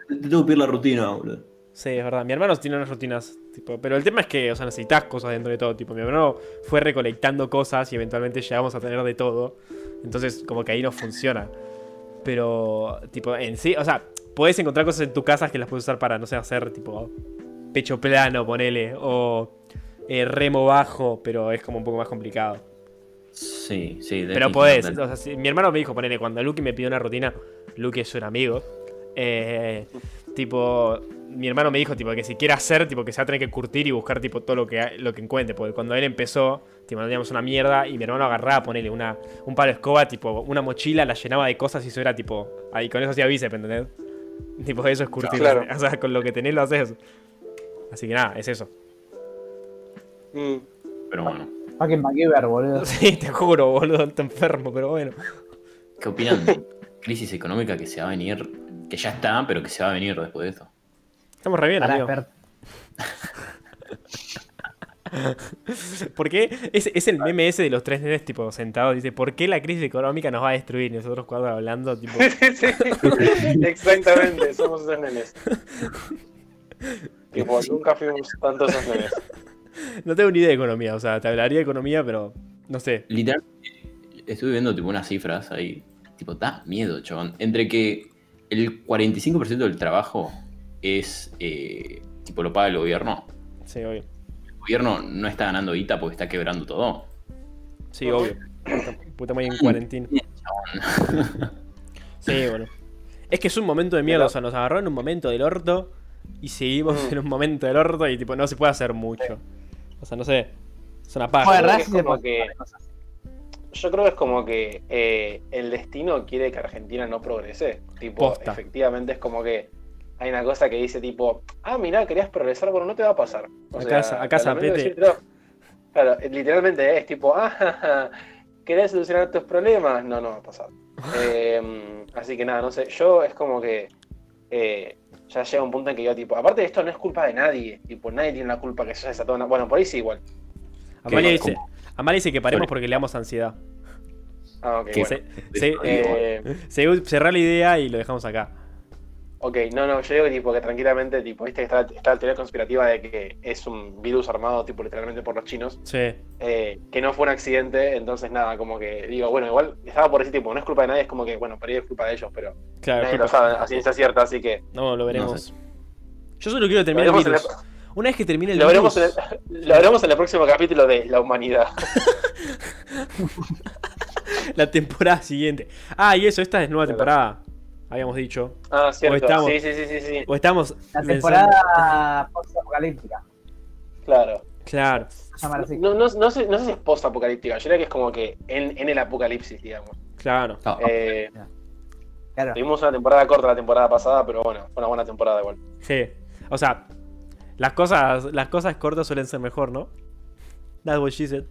Te tengo que pedir la rutina, boludo. Sí, es verdad. Mi hermano tiene unas rutinas. Tipo, pero el tema es que, o sea, necesitas cosas dentro de todo. Tipo, mi hermano fue recolectando cosas y eventualmente llegamos a tener de todo. Entonces, como que ahí no funciona. Pero, tipo, en sí, o sea, podés encontrar cosas en tu casa que las puedes usar para, no sé, hacer, tipo, pecho plano, ponele, o eh, remo bajo, pero es como un poco más complicado. Sí, sí. Pero podés. definitivamente. O sea, si- mi hermano me dijo, ponele, cuando Lucky me pidió una rutina, Lucky es un amigo. eh, tipo, mi hermano me dijo, tipo, que si quiere hacer, tipo, que se va a tener que curtir y buscar, tipo, todo lo que, lo que encuentre. Porque cuando él empezó, tipo, no teníamos una mierda y mi hermano agarraba, ponele, una, un palo de escoba, tipo, una mochila, la llenaba de cosas y eso era, tipo, ahí con eso hacía bíceps, ¿entendés? *laughs* Tipo, eso es curtir. Claro. *laughs* O sea, con lo que tenés lo haces. Así que nada, es eso. *laughs* Mm. Pero bueno. Fucking MacGyver, boludo. Sí, te juro, boludo, está enfermo, pero bueno. ¿Qué opinan de crisis económica que se va a venir? Que ya está, pero que se va a venir después de esto. Estamos re bien, Pará, amigo. espera. ¿Por qué? Es, es el meme ese de los tres nenes tipo sentados. Dice, ¿por qué la crisis económica nos va a destruir? Y nosotros cuatro hablando, *laughs* tipo, Sí, sí. Exactamente, somos esos nenes. Tipo, nunca fuimos tantos esos nenes. no tengo ni idea de economía. O sea, te hablaría de economía, pero no sé. Literal, estuve viendo tipo unas cifras ahí. Tipo, da miedo, chabón. Entre que el 45% del trabajo es eh, tipo lo paga el gobierno. Sí, obvio. El gobierno no está ganando guita porque está quebrando todo. Sí, obvio. Puta- Puta madre en cuarentena. Sí, bueno. Es que es un momento de mierda. O sea, nos agarró en un momento del orto y seguimos en un momento del orto y tipo, no se puede hacer mucho. O sea, no sé. Es una paja. Joder, creo que Racing es se como puso- que- Yo creo que es como que eh, el destino quiere que Argentina no progrese. Tipo, Posta. efectivamente es como que hay una cosa que dice tipo, ah, mirá, querías progresar, bueno, no te va a pasar. O Acá- acá lamento zapete. decírtelo. Claro, eh, literalmente es tipo, ah, ja, ja, querés solucionar tus problemas, no, no va *laughs* a pasar. Eh, así que nada, no sé, yo es como que eh, ya llega un punto en que yo tipo, aparte de esto no es culpa de nadie, tipo, nadie tiene la culpa que se haya desatado una- Bueno, por ahí sí igual. Amalia Que- dice, Amalia dice que paremos Sorry. porque le damos ansiedad. Ah, ok. Que bueno. Se- se- Eh, se- cerrá la idea y lo dejamos acá. Ok, no, no, yo digo tipo, que tranquilamente, tipo, viste que está, está la teoría conspirativa de que es un virus armado, tipo, literalmente por los chinos, Sí. eh, que no fue un accidente, entonces nada, como que digo, bueno, igual estaba por decir, tipo, no es culpa de nadie, es como que, bueno, por ahí es culpa de ellos, pero Claro, nadie culpa- lo sabe, a ciencia cierta, así que No, lo veremos. No sé. Yo solo quiero terminar el veremos en virus. Una vez que termine el lo virus. veremos, en el, *laughs* lo veremos en el próximo capítulo de La Humanidad. *laughs* La temporada siguiente. Ah, y eso, esta es nueva Claro. temporada. Habíamos dicho. Ah, cierto, estamos- sí, sí, sí, sí, sí, O estamos. La pensando- temporada post-apocalíptica. claro. Claro. se llama así. No, no, no, sé, no sé si es post-apocalíptica, yo creo que es como que en, en el apocalipsis, digamos. Claro. Está- Eh, Claro. tuvimos una temporada corta la temporada pasada, pero bueno, fue una buena temporada igual. Sí. O sea, las cosas, las cosas cortas suelen ser mejor, ¿no? That's what she said.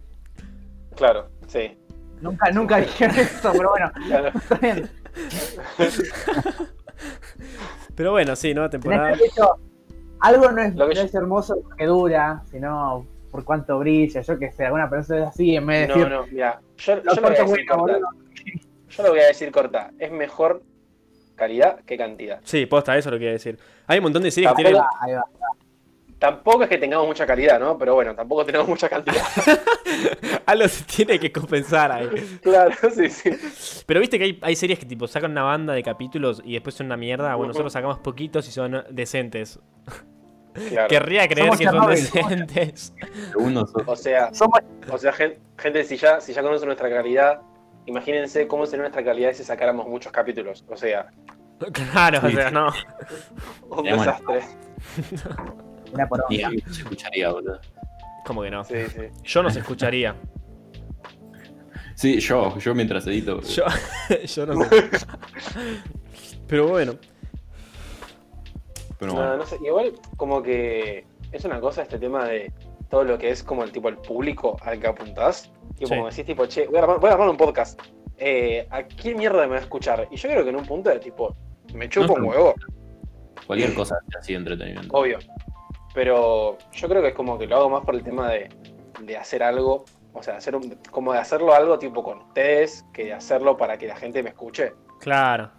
Claro, sí. Nunca, nunca dijeron *laughs* eso, pero bueno, Claro. está bien. Pero bueno, sí, nueva Tenés que temporada. haber dicho, algo no es, Lo que no yo- es hermoso porque dura, sino por cuánto brilla, yo qué sé, alguna persona es así en vez de No, decir. no, mira, yo, yo "Los lo voy a cortos decir buenos, corta. boludo". Yo lo voy a decir corta. Es mejor calidad que cantidad. Sí, posta, eso lo quería decir. Hay un montón de series que Tampoco- tienen. Ah, Ahí va. Tampoco es que tengamos mucha calidad, ¿no? Pero bueno, tampoco tenemos mucha cantidad. *laughs* Algo se tiene que compensar ahí. claro, sí, sí. Pero viste que hay, hay series que tipo sacan una banda de capítulos y después son una mierda. Bueno, Ujú. nosotros sacamos poquitos y son decentes. Claro. Querría creer Somos que son Chernobyl. decentes. *laughs* Segundo, *laughs* sos- O sea, Somos- o sea, gen- gente, si ya, si ya conocen nuestra calidad, imagínense cómo sería nuestra calidad si sacáramos muchos capítulos. O sea, Claro, o sea, no. un Sería bueno. desastre. Era por ni a mí se escucharía, boludo. Como que no. Sí, sí. Yo no se escucharía. Sí, yo, yo mientras edito. *laughs* Yo, *laughs* yo no sé. *laughs* Pero bueno. Pero No, bueno. no sé, igual como que es una cosa este tema de todo lo que es como el tipo el público al que apuntás. Tipo, Sí. como decís, tipo, che, voy a armar, voy a armar un podcast. Eh, ¿A qué mierda me va a escuchar? Y yo creo que en un punto de tipo, me chupo un No. huevo, Cualquier cosa así de entretenimiento. obvio. Pero yo creo que es como que lo hago más por el tema de, de hacer algo, o sea, hacer un- como de hacerlo algo tipo con ustedes, que de hacerlo para que la gente me escuche. Claro.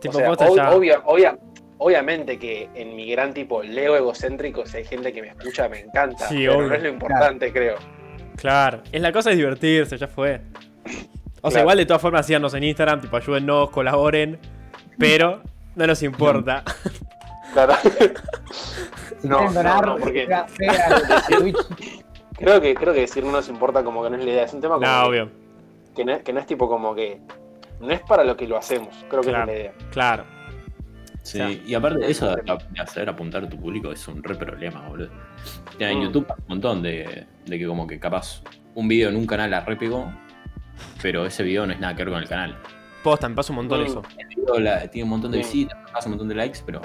Tipo, o sea, posta ob- ya. obvia- obvia- Obviamente que en mi gran tipo leo egocéntrico, si hay gente que me escucha, me encanta. Sí, pero obvio. no es lo importante, creo. Claro, es la cosa es divertirse, ya fue. O sea, Claro. igual de todas formas síganos en Instagram, tipo ayúdennos, colaboren, pero no nos importa. Claro. *laughs* Si No, quieren no, donar, no, porque- *laughs* pega- pega al Twitch. Creo que, creo que decir no nos importa como que no es la idea. Es un tema *laughs* como No, que- obvio. que, no, que no es tipo como que. No es para lo que lo hacemos, creo que Claro. es la idea. Claro. Sí, Ya. y aparte eso de, de hacer apuntar a tu público es un re problema, boludo. Ya, en Mm. YouTube pasa un montón de, de que como que capaz un video en un canal la repegó, pero ese video no es nada que ver con el canal. Posta, me pasa un montón Mm. eso. El video la- tiene un montón de Mm. visitas, pasa un montón de likes, pero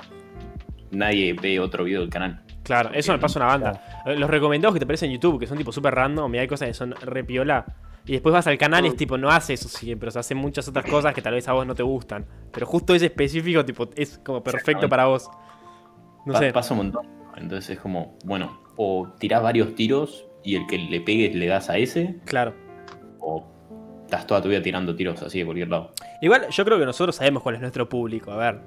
nadie ve otro video del canal. Claro, eso me pasa una banda. Eh, Los recomendados que te aparecen en YouTube, que son tipo súper random, y hay cosas que son re piola. Y después vas al canal y es Mm. tipo, no hace eso siempre, o sea, hace muchas otras cosas que tal vez a vos no te gustan. Pero justo ese específico, tipo, es como perfecto Exactamente. para vos. No Pa- sé. Pasa un montón. Entonces es como, bueno, o tirás varios tiros y el que le pegues le das a ese, Claro. o estás toda tu vida tirando tiros así de cualquier lado. Igual yo creo que nosotros sabemos cuál es nuestro público, a ver.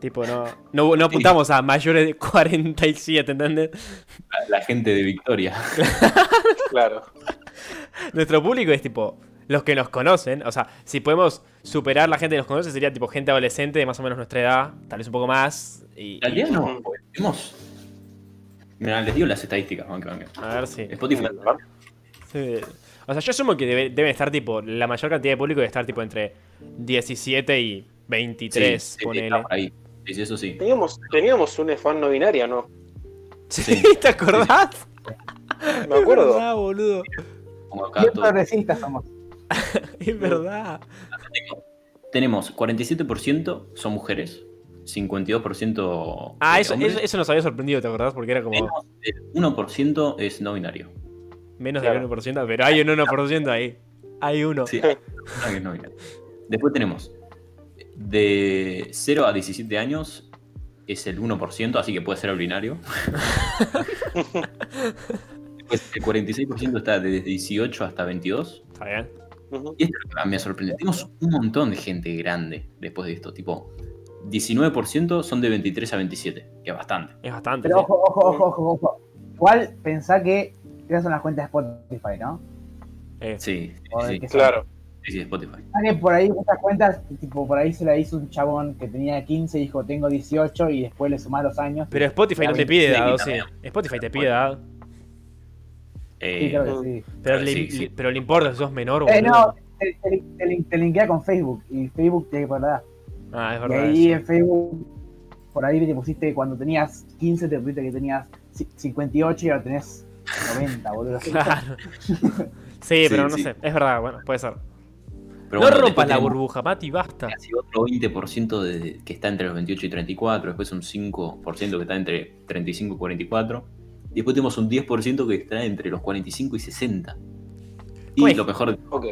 Tipo, no, no, *laughs* no apuntamos a mayores de 47, ¿entendés? La, la gente de Victoria. Claro. Nuestro público es tipo los que nos conocen. O sea, si podemos superar la gente que nos conoce, sería tipo gente adolescente de más o menos nuestra edad, tal vez un poco más. Y, En realidad no, porque tenemos. Mirá, les digo las estadísticas, banca, banca. a ver si. Spotify. Sí. O sea, yo asumo que debe- deben estar tipo. La mayor cantidad de público debe estar tipo entre 17 y 23, sí, *laughs* sí, ponele. está por ahí. Sí, sí, eso sí. Teníamos, teníamos un fan no binaria, ¿no? Sí, Sí. ¿Te acordás? Me acuerdo. *laughs* Ah, boludo. Como acá Bien todo. progresistas somos. Es verdad. Tenemos 47% son mujeres, 52% Ah, de eso, hombres. eso, eso nos había sorprendido, ¿te acordás? Porque era como Tenemos el 1% es no binario. menos claro. del 1%, pero hay un 1% ahí. Hay uno. Sí, hay personas que es no binario. Después tenemos de 0 a 17 años es el 1%, así que puede ser el binario. Después Pues el 46% está de 18 hasta 22. Está bien. Ujú. Y esto es lo que más me sorprende. Tenemos un montón de gente grande después de esto. Tipo, 19% son de 23 a 27, que es bastante. Es bastante. Pero sí. ojo, ojo, ojo, ojo, ojo. Igual pensá que esas son las cuentas de Spotify, ¿no? Eh, Sí, O de sí, que son- Claro. sí, sí, Spotify. Pensá que por ahí esas cuentas, tipo, por ahí se la hizo un chabón que tenía 15 y dijo, tengo 18 y después le sumás los años. Pero Spotify no te Sí, pide edad, sí, o sí. Spotify te pide edad. Eh, Sí, creo que sí. Pero, Sí, le, sí. le- pero le importa si sos menor o Eh, no, te, te, te lin- te linkea con Facebook y Facebook te por la edad. Ah, es Y verdad. ahí eso. en Facebook, por ahí te pusiste cuando tenías 15, te pusiste que tenías ci- 58 y ahora tenés 90, boludo. *laughs* Claro. Sí, Sí, pero no sí. sé. Es verdad, bueno, puede ser. no pero bueno, rompas después la tenemos burbuja, Mati, basta. Casi otro 20% de- que está entre los 28 y 34. Después un 5% que está entre 35 y 44. Y después tenemos un 10% que está entre los 45 y 60. Y Uy. lo mejor, Ok.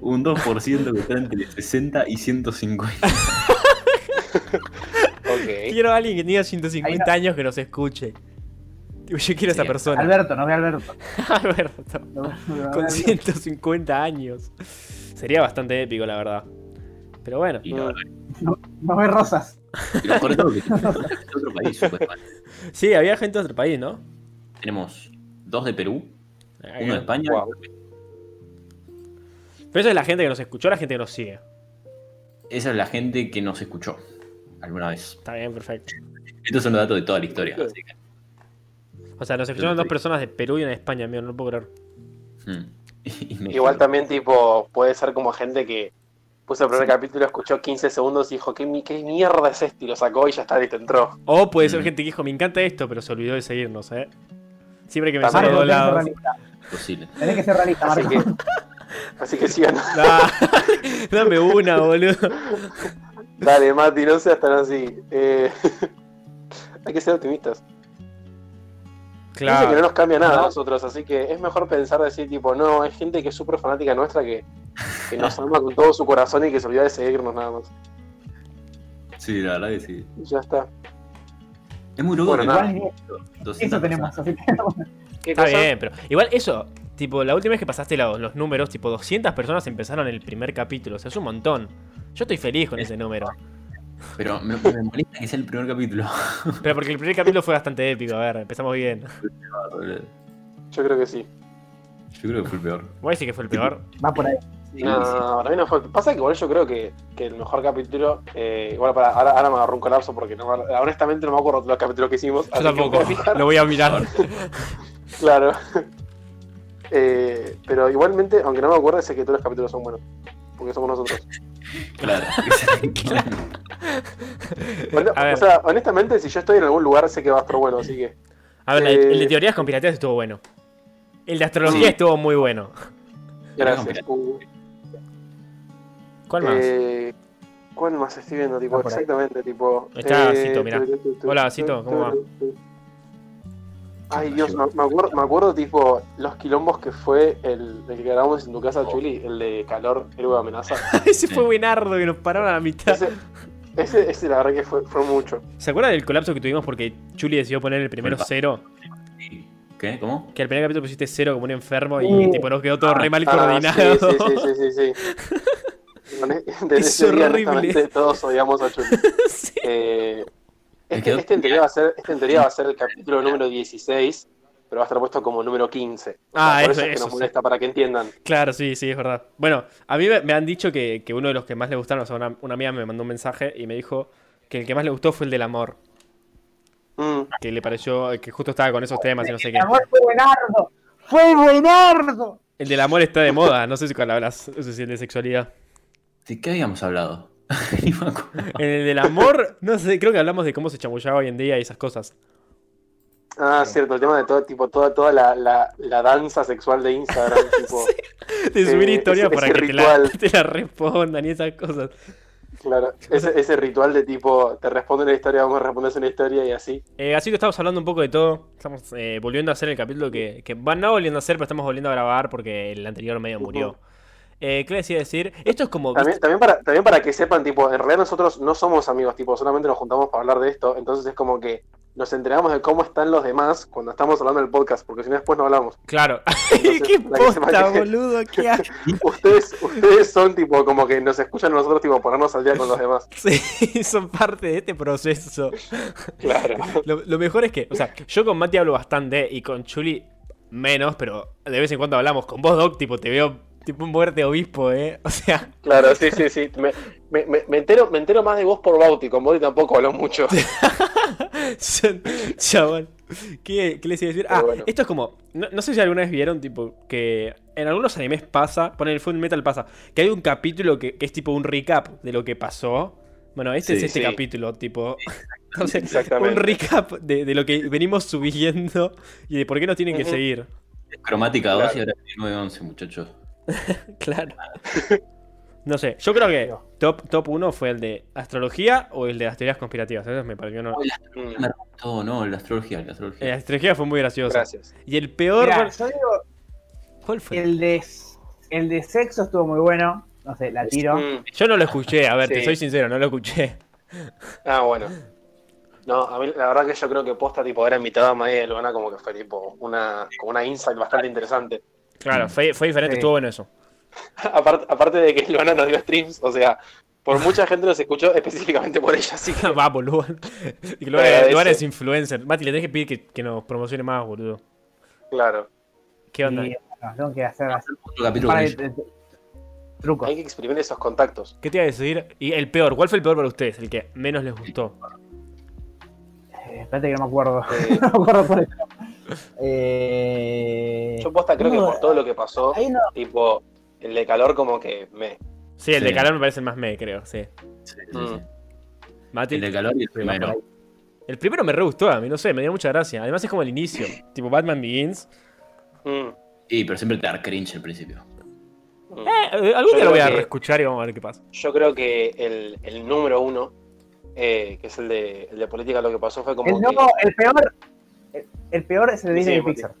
un 2% que está entre 60 y 150. Ok. Quiero a alguien que tenga 150 años que nos escuche. Tipo, yo quiero a esa Sí. persona. Alberto, no ve a Alberto. *laughs* Alberto. No ve- no ve a Con Alberto. 150 años. Sería bastante épico, la verdad. Pero bueno. Y la verdad No ve rosas. Y lo cortó, que tiene otro país, supuestamente. Sí, había gente de otro país, ¿no? Tenemos dos de Perú, uno de Pero España. Wow. eso es la gente que nos escuchó, la gente que nos sigue. Esa es la gente que nos escuchó alguna vez. Está bien, perfecto. Estos son los datos de toda la historia. así que, O sea, nos escucharon dos personas de Perú y una de España, mío, no lo puedo creer. mm. *laughs* Y me- Igual también, tipo, puede ser como gente que puso el primer capítulo, escuchó 15 segundos y dijo, ¿qué, mi- qué mierda es este? Y lo sacó y ya está, listo, entró. O Oh, puede ser Mm. gente que dijo, me encanta esto, pero se olvidó de seguirnos, ¿eh? Siempre que me También. sale dos Marco, tenés que ser lados. realista. Posible. Tenés que ser realista, Así Marco. que, así que sigan. *laughs* Dale, *laughs* Dame una, boludo. Dale, Mati, no seas tan así. Eh, *laughs* hay que ser optimistas. Dice que no Claro. nos cambia nada a nosotros, así que es mejor pensar decir, tipo, no, hay gente que es súper fanática nuestra que, que *laughs* nos ama con todo su corazón y que se olvida de seguirnos nada más. Sí, la verdad que sí. Y ya está. Es muy loco. Bueno, que nada. tenemos 200 Eso personas. tenemos. Así que, *laughs* ¿Qué Está cosa? bien, pero igual eso, tipo, la última vez que pasaste la- los números, tipo, 200 personas empezaron el primer capítulo, o sea, es un montón. Yo estoy feliz con ese número. Pero me, me molesta que sea el primer *laughs* capítulo. Pero porque el primer capítulo fue bastante épico, a ver, empezamos bien. Yo Yo creo que sí. creo que fue el peor. Voy a decir que fue el peor. Ah, Va por ahí. No, no, no, para mí no fue. Pasa que igual yo creo que, que el mejor capítulo. Eh, igual para, ahora, ahora me agarró un colapso porque no, me- honestamente no me acuerdo los capítulos que hicimos. Yo así que tampoco. voy a fijar. Lo voy a mirar. Claro. *laughs* Eh, pero igualmente, aunque no me acuerde, sé que todos los capítulos son buenos. Porque somos nosotros. Eh, Claro. *laughs* claro. Bueno, A ver. o sea, honestamente, si yo estoy en algún lugar, sé que va a estar bueno, así que. A ver, la de- Eh. el de teorías conspirativas estuvo bueno. El de astrología Sí. estuvo muy bueno. Gracias. Uh, ¿Cuál más? eh, ¿Cuál más estoy viendo? Tipo, Ah, por ahí. exactamente, tipo. eh, Ahí está Cito, mirá. tu, tu, tu, Hola, tu, Cito, tu, ¿cómo va? tu. Ay, Dios, me, me acuerdo, me acuerdo, tipo, los quilombos que fue el, el que grabamos en tu casa, Chuli, el de calor, héroe de amenaza. *laughs* Ese fue buenardo que nos pararon a la mitad. Ese, ese, ese la verdad que fue, fue mucho. ¿Se acuerdan del colapso que tuvimos porque Chuli decidió poner el primero Culpa. cero? ¿Qué? ¿Cómo? Que al primer capítulo pusiste cero como un enfermo y Uh. tipo, nos quedó todo re mal Ah, sí, coordinado. sí, sí, sí, sí, *laughs* sí. Bueno, *laughs* Desde Es ese día, horrible. honestamente, todos odiamos a Chuli. *laughs* Sí. Eh, Me este, quedo- este en teoría va a ser, este en teoría va a ser el capítulo número 16, pero va a estar puesto como número 15. O sea, Ah, por eso, eso, es que eso, nos sí. molesta, para que entiendan. *laughs* Claro, sí, sí, es verdad. Bueno, a mí me, me han dicho que, que uno de los que más le gustaron, o sea, una, una amiga me mandó un mensaje y me dijo que el que más le gustó fue el del amor. Mm, Que le pareció que justo estaba con esos temas y no sé qué. El amor fue buenardo. Fue buenardo. El del amor está de moda, no sé si cuando hablas, no sé si el de sexualidad. ¿De qué habíamos hablado? *laughs* Ni me acuerdo. En el del amor, no sé, creo que hablamos de cómo se chamullaba hoy en día y esas cosas. Ah, cierto, el tema de todo, tipo, toda, toda la, la, la danza sexual *laughs* de Instagram, tipo, De subir Eh, historias ese- para ese que te la, ritual. *laughs* te la respondan y esas cosas. claro, ese, ese ritual de tipo, te respondo una historia, vamos a responderse una historia y así. Eh, así que estamos hablando un poco de todo. Estamos eh, volviendo a hacer el capítulo que, que van no volviendo a hacer, pero estamos volviendo a grabar porque el anterior medio murió. Eh, ¿Qué les iba a decir? Esto es como. También, también, para, también para que sepan, tipo, en realidad nosotros no somos amigos, tipo, solamente nos juntamos para hablar de esto, entonces es como que nos enteramos de cómo están los demás cuando estamos hablando del podcast, porque si no después *laughs* no hablamos. Claro. *laughs* Entonces, ¡Qué para que sepan posta, que- boludo! *laughs* ¿Qué asco. Ustedes, ustedes son tipo como que nos escuchan a nosotros tipo ponernos al día con los demás. Sí, *laughs* son parte de este proceso. *laughs* Claro. Lo, lo mejor es que, o sea, yo con Mati hablo bastante y con Chuli menos, pero de vez en cuando hablamos. Con vos, Doc, tipo, te veo tipo un muerte obispo, ¿eh? O sea, Claro, sí, sí, sí. Me, me- me- me entero, me entero más de vos por Bauti, con Bauti tampoco hablo mucho. son- chabón. ¿Qué, qué les iba a decir? Pero Ah, bueno. esto es como, no, no sé si alguna vez vieron, tipo, que en algunos animes pasa, ponen el Full Metal pasa, que hay un capítulo que, que es tipo un recap de lo que pasó. Bueno, este Sí, es este sí. capítulo, tipo. *laughs* Entonces, un Exactamente. recap de, de lo que venimos subiendo y de por qué nos tienen que Ujú. *laughs* seguir. Cromática 2 Claro. y ahora 9-11, muchachos. Claro. No sé, yo creo que top, top 1 fue el de astrología o el de las teorías conspirativas. Eso me pareció no. Mm, Todo, no, la astrología, la astrología. Eh, La astrología fue muy gracioso. Gracias. Y el peor. Mirá, bueno, yo digo, ¿Cuál fue? el de, el de sexo estuvo muy bueno. No sé, la tiro. Mm, Yo no lo escuché, a ver, te Sí. soy sincero, no lo escuché. Ah, bueno. No, a mí la verdad que yo creo que posta tipo era invitada a María de Luana como que fue tipo una, como una insight bastante interesante. Claro, fue, fue diferente, Sí. estuvo bueno eso. *laughs* Aparte, aparte de que Luana nos dio streams, o sea, por mucha gente nos escuchó específicamente por ella, así que *laughs* Va, boludo. Y que Te Luana, agradece. Luana es influencer. Mati, le tenés que pedir que, que nos promocione más, boludo. claro. ¿Qué onda? Y, bueno, tengo que Ah, hacer así. Otro capítulo Para que de- de- de- trucos. Hay que exprimir esos contactos. ¿Qué te iba a decir? Y el peor, ¿cuál fue el peor para ustedes? El que menos les gustó. Eh, espérate que no me acuerdo. Eh, *laughs* no me acuerdo por eso. Eh, yo posta creo que no, por todo lo que pasó, Ahí no. tipo, el de calor como que me. Sí, el de Sí. calor me parece el más me, creo, sí. Sí, sí, Mm. sí. Mati. El de calor y el Vamos primero. por ahí. El primero me re gustó a mí, no sé, me dio mucha gracia. Además es como el *laughs* inicio, tipo Batman Begins. Mm, Sí, pero siempre te da cringe al principio. mm. Eh, eh, algún Yo día lo creo voy a que- reescuchar y vamos a ver qué pasa. Yo creo que el, el número uno, eh, que es el de, el de política, lo que pasó fue como El, que. no, el peor. El, el peor es el de Sí, Disney y Mati. Pixar.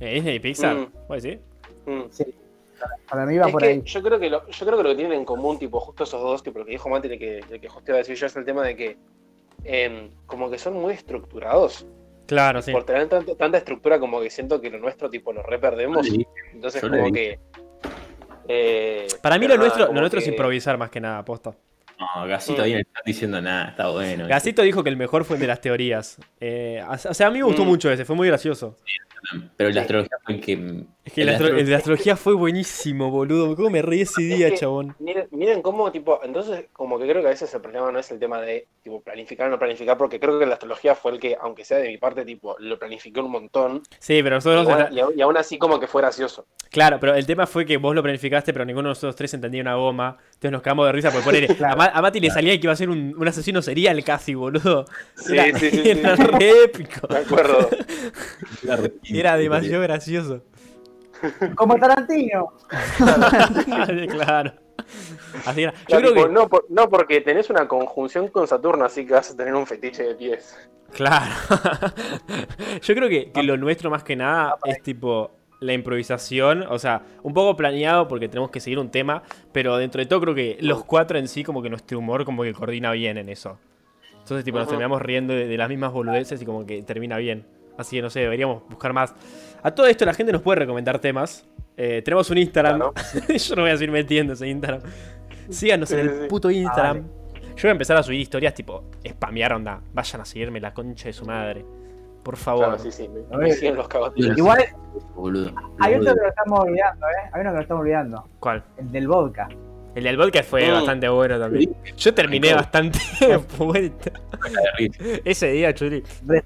Eh, Disney y Pixar, Mm. ¿Voy a decir? Mm. Sí. Para mí va Es por que ahí. Yo creo que lo, yo creo que lo que tienen en común, tipo, justo esos dos, tipo lo que dijo Mati y lo que, lo que justo iba a decir yo, es el tema de que em, como que son muy estructurados. Claro, sí. Por tener tanto- tanta estructura como que siento que lo nuestro, tipo, lo reperdemos. Sí, Entonces yo le como vi. que. eh, Para mí pero lo nada, nuestro, como lo nuestro es que- improvisar más que nada, aposta. No, Mm. Gasito ahí no está diciendo nada, está bueno. Gasito dijo que el mejor fue el de las teorías. Eh, o sea, a mí me gustó Mm. mucho ese, fue muy gracioso. Pero la astrología fue el que. Es que el, astro- el de astrología *laughs* fue buenísimo, boludo. ¿Cómo me reí ese día, que- chabón? Miren, miren cómo, tipo, entonces, como que creo que a veces el problema no es el tema de, tipo, planificar o no planificar, porque creo que la astrología fue el que, aunque sea de mi parte, tipo, lo planifiqué un montón, Sí, pero nosotros. y, aún- y aún, y aún así como que fue gracioso. Claro, pero el tema fue que vos lo planificaste, pero ninguno de nosotros tres entendía una goma. Entonces nos cagamos de risa por poner. *laughs* Claro. a, Ma- a Mati le salía que iba a ser un, un asesino serial casi, boludo. Sí, Era- *laughs* sí, sí, sí. Era re épico. Me *laughs* acuerdo. Era demasiado *laughs* gracioso. *laughs* Como Tarantino. claro. Así era. Yo Claro, creo tipo, que. no, por- no, porque tenés una conjunción con Saturno, así que vas a tener un fetiche de pies. Claro. *laughs* Yo creo que, que lo nuestro más que nada es tipo la improvisación, o sea, un poco planeado porque tenemos que seguir un tema, pero dentro de todo creo que los cuatro en sí como que nuestro humor como que coordina bien en eso. Entonces tipo nos Ajá. terminamos riendo de, de las mismas boludeces y como que termina bien. Así que no sé, deberíamos buscar más. A todo esto la gente nos puede recomendar temas. Eh, tenemos un Instagram. Claro. *laughs* Yo no voy a seguir metiendo ese Instagram. Síganos Sí, en sí, el sí. Ah, puto Instagram. Yo voy a empezar a subir historias tipo, spamear onda. Vayan a seguirme la concha de su madre. Por favor. Claro, sí, sí, me, A me ver. siguen los cagos. Yo Igual Boludo. hay otro que lo estamos olvidando, ¿eh? Hay uno que lo estamos olvidando. ¿Cuál? El del vodka. El del podcast fue Mm. bastante bueno también. Yo terminé Ay, no. *laughs* bastante puerta ese día, Chuli. Re-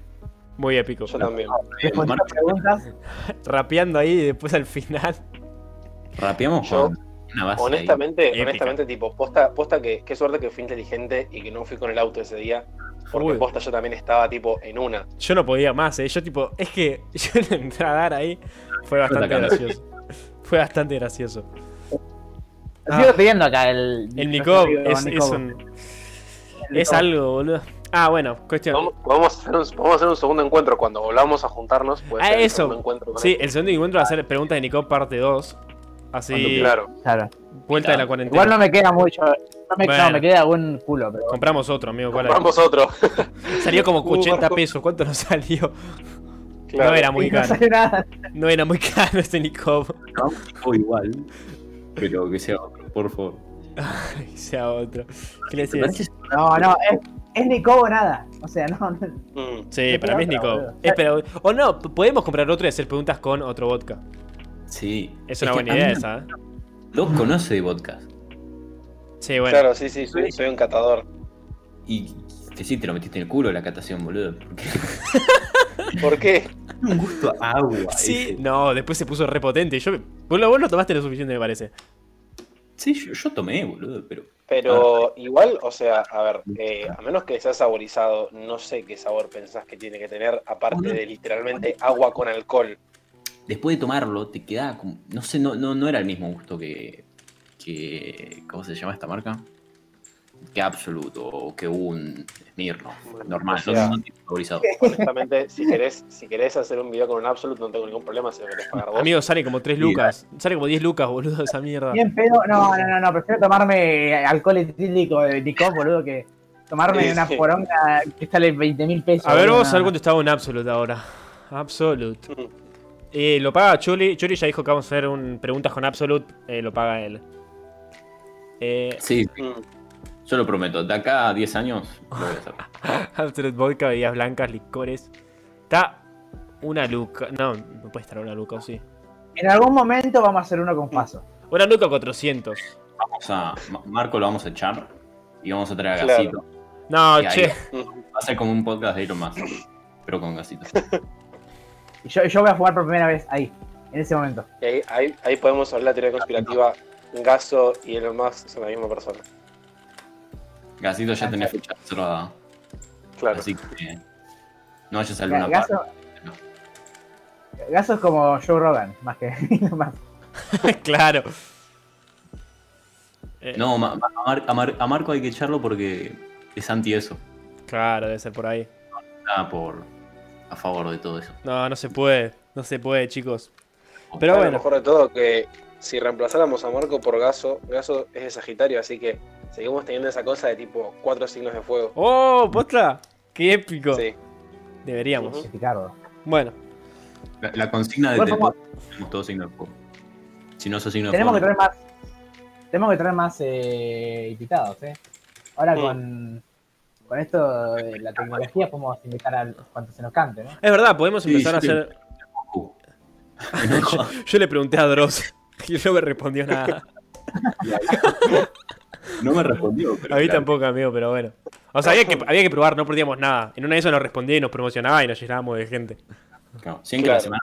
Muy épico. Yo también. Respondiendo preguntas. Rapeando ahí y después al final. Rapeamos Yo, con una base. ahí. Honestamente, Épica. honestamente, tipo, posta, posta que qué suerte que fui inteligente y que no fui con el auto ese día. *laughs* Porque Uy. posta yo también estaba tipo en una. Yo no podía más, ¿eh? Yo tipo, es que *laughs* yo la entradar ahí fue bastante Atacando. gracioso. Fue bastante gracioso. *laughs* Lo Ah. sigo pidiendo acá el. El nuestro Nicob amigo es, es Nicob. un- El es Nicob. algo, boludo. Ah, bueno, cuestión. Vamos, vamos a hacer un, vamos a hacer un segundo encuentro cuando volvamos a juntarnos. Puede Ah, ser el eso. segundo encuentro con Sí, él. el segundo encuentro va a ser preguntas de Nicob parte 2. Cuando Así, Claro. Claro. vuelta de la Claro. cuarentena. Igual no me queda mucho. No me, Bueno. no, me queda buen culo, pero. Compramos otro, amigo. ¿cuál era? Vamos otro. *laughs* Salió como Uh, 80 bajo. pesos. ¿Cuánto nos *laughs* salió? Claro. No era muy Y *laughs* no caro. sale nada. No era muy caro este Nicob. O igual. Pero que sea otro, por favor. *laughs* Que sea otro. ¿Qué le ¿Te decís? parece? No, no, es, es Nicob o nada. O sea, no. no. Mm. Sí, para mí es Otra, Nicob. boludo. Eh, pero- o no, p- podemos comprar otro y hacer preguntas con otro vodka. Sí. Es una que buena a idea mí esa, ¿eh? Doc conoce de podcast. Sí, bueno. Claro, sí, sí, soy, soy un catador. Y que sí, te lo metiste en el culo la catación, boludo. Porque *laughs* ¿Por qué? un gusto a agua. Sí, ese. no, después se puso repotente. Yo, vos, lo- vos no tomaste lo suficiente, me parece. Sí, yo, yo tomé, boludo, pero. Ah. Pero igual, o sea, a ver, eh, a menos que sea saborizado, no sé qué sabor pensás que tiene que tener, aparte de literalmente agua con alcohol. después de tomarlo te quedaba como. No sé, no, no, no era el mismo gusto que, que. ¿Cómo se llama esta marca? Que Absolute o que un Smirnoff. Normal, O sea- no, no tiene saborizado. Honestamente, si querés, si querés hacer un video con un Absolute, no tengo ningún problema si lo querés pagar vos. Amigo, sale como 3 Mira. lucas. Sale como 10 lucas, boludo, esa mierda. Bien pedo. No, no, no, no. Prefiero tomarme alcohol etílico de Nicob, boludo, que tomarme Sí, una sí. poronga que sale 20 mil pesos. A ver, boludo, vos a no, ver no. cuánto estaba un Absolute ahora. Absolute. Mm. Eh, lo paga Chuli. Chuli ya dijo que vamos a hacer un preguntas con Absolute. Eh, lo paga él. Eh, Sí, Mm. yo lo prometo. De acá a 10 años lo voy a hacer. Absolute vodka, bebidas blancas, licores. Está una luca. No, no puede estar una luca, ¿o sí. En algún momento vamos a hacer uno con paso. Una luca 400. Vamos a. Ma- Marco lo vamos a echar y vamos a traer a Claro. Gasito. No, Y ahí Ah, che. *laughs* Va a ser como un podcast de Elon Musk, pero con Gasito. Y yo, yo voy a jugar por primera vez ahí, en ese momento. Y ahí, ahí, ahí podemos hablar de la teoría conspirativa. Gaso y Elon Musk son la misma persona. Gasito Ah, ya tenía fecha cerrada. Claro. Así que. No vayas a alguna parte. Gaso, Gaso es como Joe Rogan, más que *laughs* más. claro. Eh, No, ma- ma- a, Mar- a Mar- a Marco hay que echarlo porque es anti eso. Claro, debe ser por ahí. Está por a favor de todo eso. No, no se puede. No se puede, chicos. O- Pero Lo bueno, mejor de todo que si reemplazáramos a Marco por Gaso, Gaso es de Sagitario, así que seguimos teniendo esa cosa de tipo cuatro signos de fuego. ¡Oh, posta! ¡Qué épico! Sí. Deberíamos. Ujú. Ricardo. Bueno, La, la consigna de Bueno, tenemos, vamos- tenemos todo signo de fuego. Si no sos signo de Tenemos que fuego. traer más. Tenemos que traer más eh, invitados, ¿eh? Ahora Sí. con, con esto de la tecnología podemos invitar a cuanto se nos cante, ¿no? *laughs* Es verdad, podemos Sí, empezar sí. a hacer. yo, yo le pregunté a Dross y no me respondió nada. *laughs* No me respondió. *laughs* Pero A mí claro, tampoco, amigo, pero bueno. O sea, había que, había que probar, no perdíamos nada. En una de esas nos respondía y nos promocionaba y nos llenábamos de gente. no. Sin que Claro. la semana,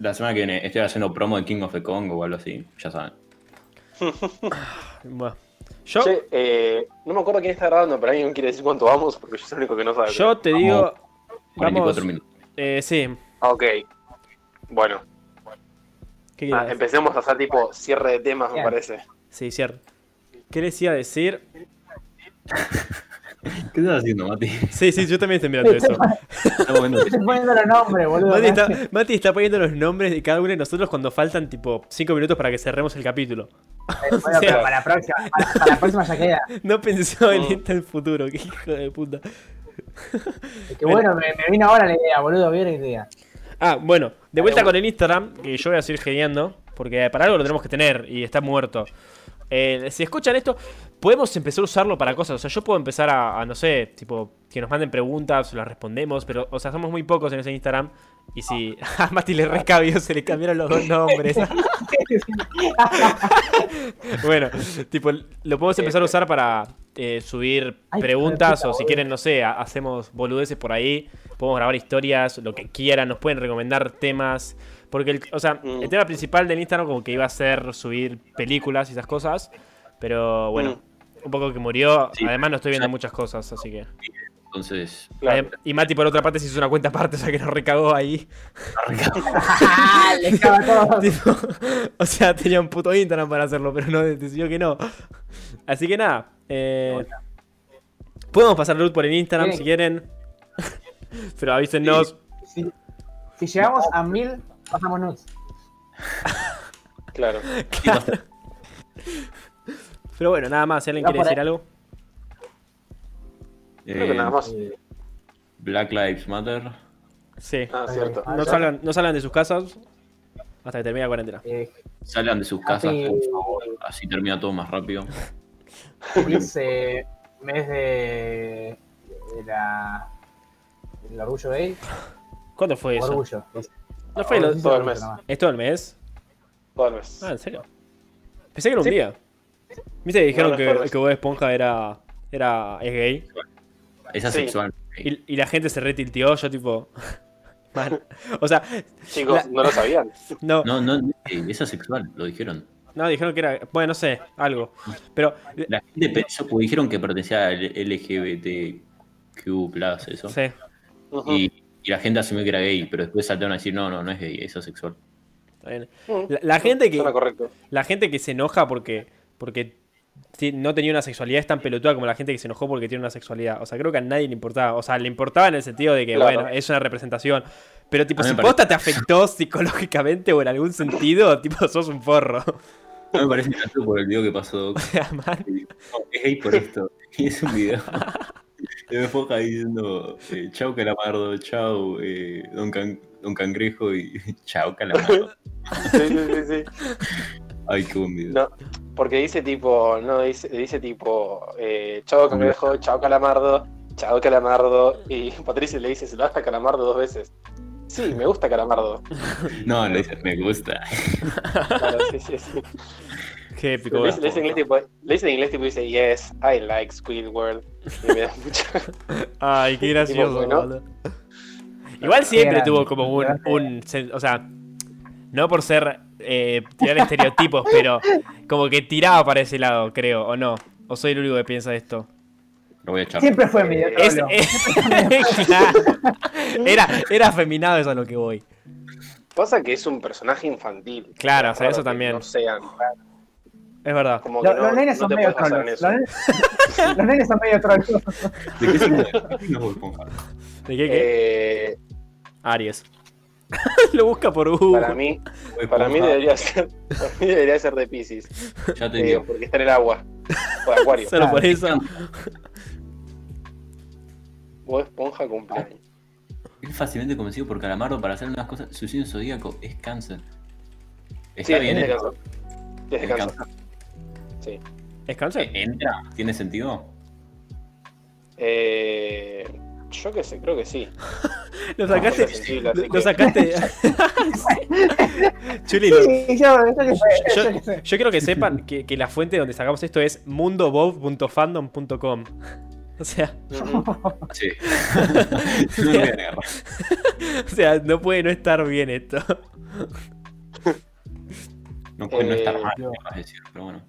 la semana que viene estoy haciendo promo de King of the Congo o algo así, ya saben. Bueno. Yo, Che, eh, no me acuerdo quién está grabando, pero alguien quiere decir cuánto vamos, porque yo soy el único que no sabe. yo te digo. Vamos. 44 minutos. Eh, sí. Ah, ok. Bueno, ¿Qué ah, querías? empecemos a hacer tipo cierre de temas, me Bien. parece. Sí, cierto. ¿Qué les iba a decir? ¿Qué estás haciendo, Mati? Sí, sí, yo también estoy mirando *laughs* eso. Estamos viendo que- Estoy poniendo los nombres, boludo. Mati está, Mati está poniendo los nombres de cada uno de nosotros cuando faltan tipo 5 minutos para que cerremos el capítulo. Eh, Bueno, o sea- pero para la próxima, para, para la próxima ya queda. No pensó en Oh. Mm. esto en el futuro, qué hijo de puta. Es que bueno, me, me vino ahora la idea, boludo, bien la idea. Ah, bueno, de vuelta con el Instagram, que yo voy a seguir geniando, porque para algo lo tenemos que tener y está muerto. Eh, si escuchan esto, podemos empezar a usarlo para cosas. O sea, yo puedo empezar a, a, no sé, tipo, que nos manden preguntas, las respondemos, pero, o sea, somos muy pocos en ese Instagram. Y si *laughs* a Mati le recabió, se le cambiaron los dos nombres. *laughs* bueno, tipo, lo podemos empezar a usar para eh, subir Ay, preguntas puta, o si boludo. quieren, no sé, ha- hacemos boludeces por ahí. Podemos grabar historias, lo que quieran, nos pueden recomendar temas. Porque, el, o sea, Mm. el tema principal del Instagram como que iba a ser subir películas y esas cosas. Pero bueno, un poco que murió. Sí. Además no estoy viendo Ya. muchas cosas, así que... Entonces, Claro. Y Mati por otra parte se hizo una cuenta aparte, *laughs* o sea que nos recagó ahí. ¡Ah! Le estaba todo. Tipo, o sea, tenía un puto Instagram para hacerlo, pero no decidió que no. Así que nada. eh, podemos pasar root por el Instagram Sí. si quieren. *laughs* pero avísenos. Si, si llegamos a mil, pasamos nuts. Claro. Pero bueno, nada más. Si alguien Va quiere por decir ahí. algo. Creo que eh, nada más. Eh, Black Lives Matter. Sí. Ah, cierto. Ah, No ya. salgan, no salgan de sus casas hasta que termine la cuarentena. eh, Salgan de Ah, sus casas, Happy- por favor. Así termina todo más rápido. Netflix, eh, mes de, de la, del orgullo gay. ¿Cuándo fue eso? Orgullo. es- No fue lo- sí, todo el orgullo mes. nomás. ¿Es todo el mes? Todo el mes. Ah, ¿en serio? Pensé que era un Sí. día. ¿Viste que dijeron no es todo el que, mes. que Bob Esponja era, era es gay? Es Sí. asexual. Y, y la gente se retilteó, yo tipo... *laughs* Man. O sea, Chicos, La- no *laughs* lo sabían. no, No, no, eh, es asexual, lo dijeron. no, dijeron que era... Bueno, no sé, algo. Pero... La gente pensó, porque dijeron que pertenecía al LGBTQ, eso. Sí. Ujú. Y, y la gente asumió que era gay, pero después saltaron a decir, no, no, no es gay, es asexual. está bien. Mm. La, la gente que, Suena correcto. la gente que se enoja porque, porque ti- no tenía una sexualidad es tan pelotuda como la gente que se enojó porque tiene una sexualidad. O sea, creo que a nadie le importaba. O sea, le importaba en el sentido de que, Claro. bueno, es una representación. Pero, tipo, A mí si me parece- posta te afectó *laughs* psicológicamente o en algún sentido, tipo, sos un forro. *laughs* No me parece tanto por el video que pasó. O sea, man. No, es gay por esto. *laughs* Y es un video. Me enfoca diciendo, eh, chau calamardo, chau eh, don, Can- don cangrejo y *laughs* chau calamardo. Sí, sí, sí, sí. Ay, qué buen video. No. Porque dice tipo, no, dice, dice tipo, eh, chao cangrejo, chao calamardo, chao calamardo. Y *laughs* Patricia le dice, se lo hasta calamardo dos veces. Sí, me gusta calamardo. No, le dice, me gusta. Claro, sí, sí, *laughs* sí. Qué épico. Le dice, le dice en inglés tipo, le dice en inglés tipo, dice, yes, I like Squidward. Y me da *laughs* mucha... Ay, qué gracioso. Tipo, bueno. boludo. Igual siempre grande. tuvo como un, Grande. un sen- O sea, no por ser. Eh, tirar estereotipos, pero como que tiraba para ese lado, creo, o no. O soy el único que piensa esto. Lo voy a echar. Siempre fue medio Eh, Es- trolo. es- *laughs* claro. era, era afeminado, eso a lo que voy. Pasa que es un personaje infantil. Claro, o sea, Raro eso que también. Ah. No sean, Es verdad. como que Lo- no, los nenes no son te medio puedes basar en trolos. eso. Los nenes, los nenes *laughs* son *laughs* medio trolos. ¿De qué se trata? No, Bob Esponja. ¿De qué? qué? Eh, Aries. *laughs* lo busca por Google. para mí, Bob *laughs* para mí Esponja, debería ser, para mí debería ser de Pisces. Ya te Eh, digo. porque está en el agua. O *laughs* de acuario. Solo por eso. Bob Esponja cumpleaños. Ah, Es fácilmente convencido por Calamardo para hacer unas cosas. Su signo zodíaco es cáncer. Sí, Está es bien, de ¿eh? cáncer. Sí, es de Es cáncer. cáncer. Sí. ¿Es cáncer? ¿Entra? ¿Tiene sentido? Eh, yo qué sé, creo *laughs* que sí. Lo sacaste. Soy sensible, así lo- que- Lo sacaste. *laughs* *laughs* Chuli, lo- Sí, yo, yo qué sé, yo, yo qué sé. yo quiero que sepan que, que la fuente donde sacamos esto es mundobob.fandom.com. *laughs* O sea, Mm, Ujú. Sí. *laughs* no lo voy a negar. o sea, no puede no estar bien esto. No puede no estar Eh, mal, yo- capaz de decir, pero bueno.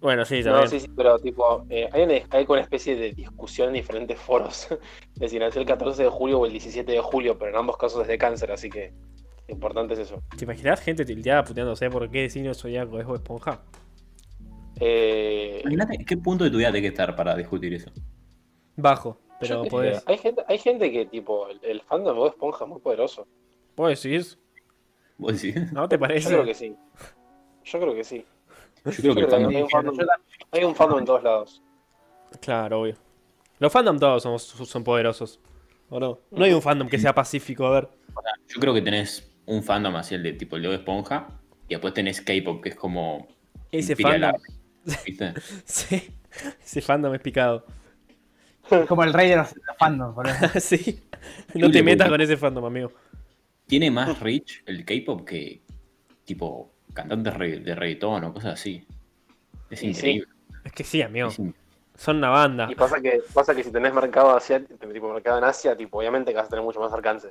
Bueno, sí, No, también. sí, sí, pero tipo, eh, hay, una, hay como una especie de discusión en diferentes foros *laughs* de si nació el 14 de julio o el 17 de julio, pero en ambos casos es de cáncer, así que lo importante es eso. ¿Te imaginas gente tilteada puteándose por qué signo zodiaco es Bob Esponja? Eh, Imagínate en qué punto de tu vida hay que estar para discutir eso. Bajo, yo pero qué podés. sé, *laughs* Hay gente, hay gente que, tipo, el, el fandom de Bob Esponja es muy poderoso. ¿Puedes decir? ¿Vos decís? ¿No te Yo parece? creo que sí. Yo creo que sí. Yo creo que Yo el creo fandom- que hay un fandom- hay un fandom en todos lados. Claro, obvio. Los fandom todos somos, son poderosos. ¿O no? No hay un fandom que sea pacífico, a ver. Yo creo que tenés un fandom así, el de tipo el de Bob Esponja, y después tenés K-pop, que es como. Ese Imperial fandom. Army, *laughs* ¿viste? *laughs* Sí. Ese fandom es picado. *laughs* Es como el rey de los fandoms, por eso. sí. No Yo te le metas voy. con ese fandom, amigo. Tiene más reach el K-pop que tipo cantantes re- de reggaetón o cosas así. Es Y sí. increíble. Es que sí, amigo. es in- Son una banda. Y pasa que, pasa que si tenés mercado, asia- tipo, mercado en Asia, tipo, obviamente que vas a tener mucho más alcance.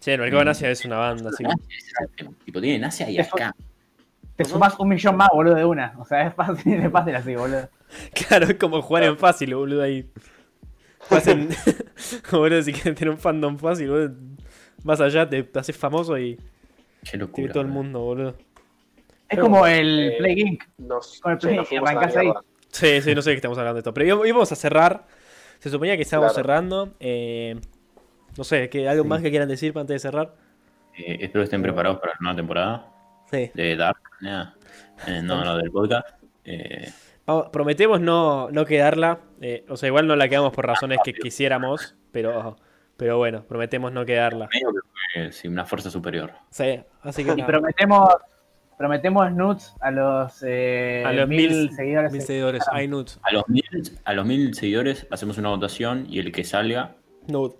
Sí, el mercado en Asia es una banda, sí. Ese es el tema. Tipo, tienen Asia y acá. Te sumas un millón más, boludo, de una. O sea, es fácil, *laughs* es fácil así, boludo. *laughs* Claro, es como jugar en fácil, boludo, ahí. Vas en- *laughs* boludo, si quieres tener un fandom fácil, boludo, vas allá, te, te haces famoso y Qué te ve locura. eh. todo el boludo. mundo, boludo. Es como eh, el Play Inc. Nos, Con el play, nos fuimos a la arrancás ahí. mierda. Sí, sí, no sé de qué estamos hablando de esto. Pero íbamos- íbamos a cerrar. Se suponía que estábamos Claro. cerrando. eh, no sé, ¿qué- ¿algo Sí. más que quieran decir para antes de cerrar? Eh, espero que estén preparados para la nueva temporada Sí. de Dark. nada. Eh, no, no, del podcast. Eh, Vamos, Prometemos no, no quedarla. eh, o sea, igual no la quedamos por razones que quisiéramos, pero, pero bueno, prometemos no quedarla. medio que fue, sí, una fuerza superior. Sí, así que Y nada, prometemos, prometemos nudes a los, eh, a los mil, mil, seguidores. mil seguidores. Ay, Nude. A los mil, a los mil seguidores hacemos una votación y el que salga Nude.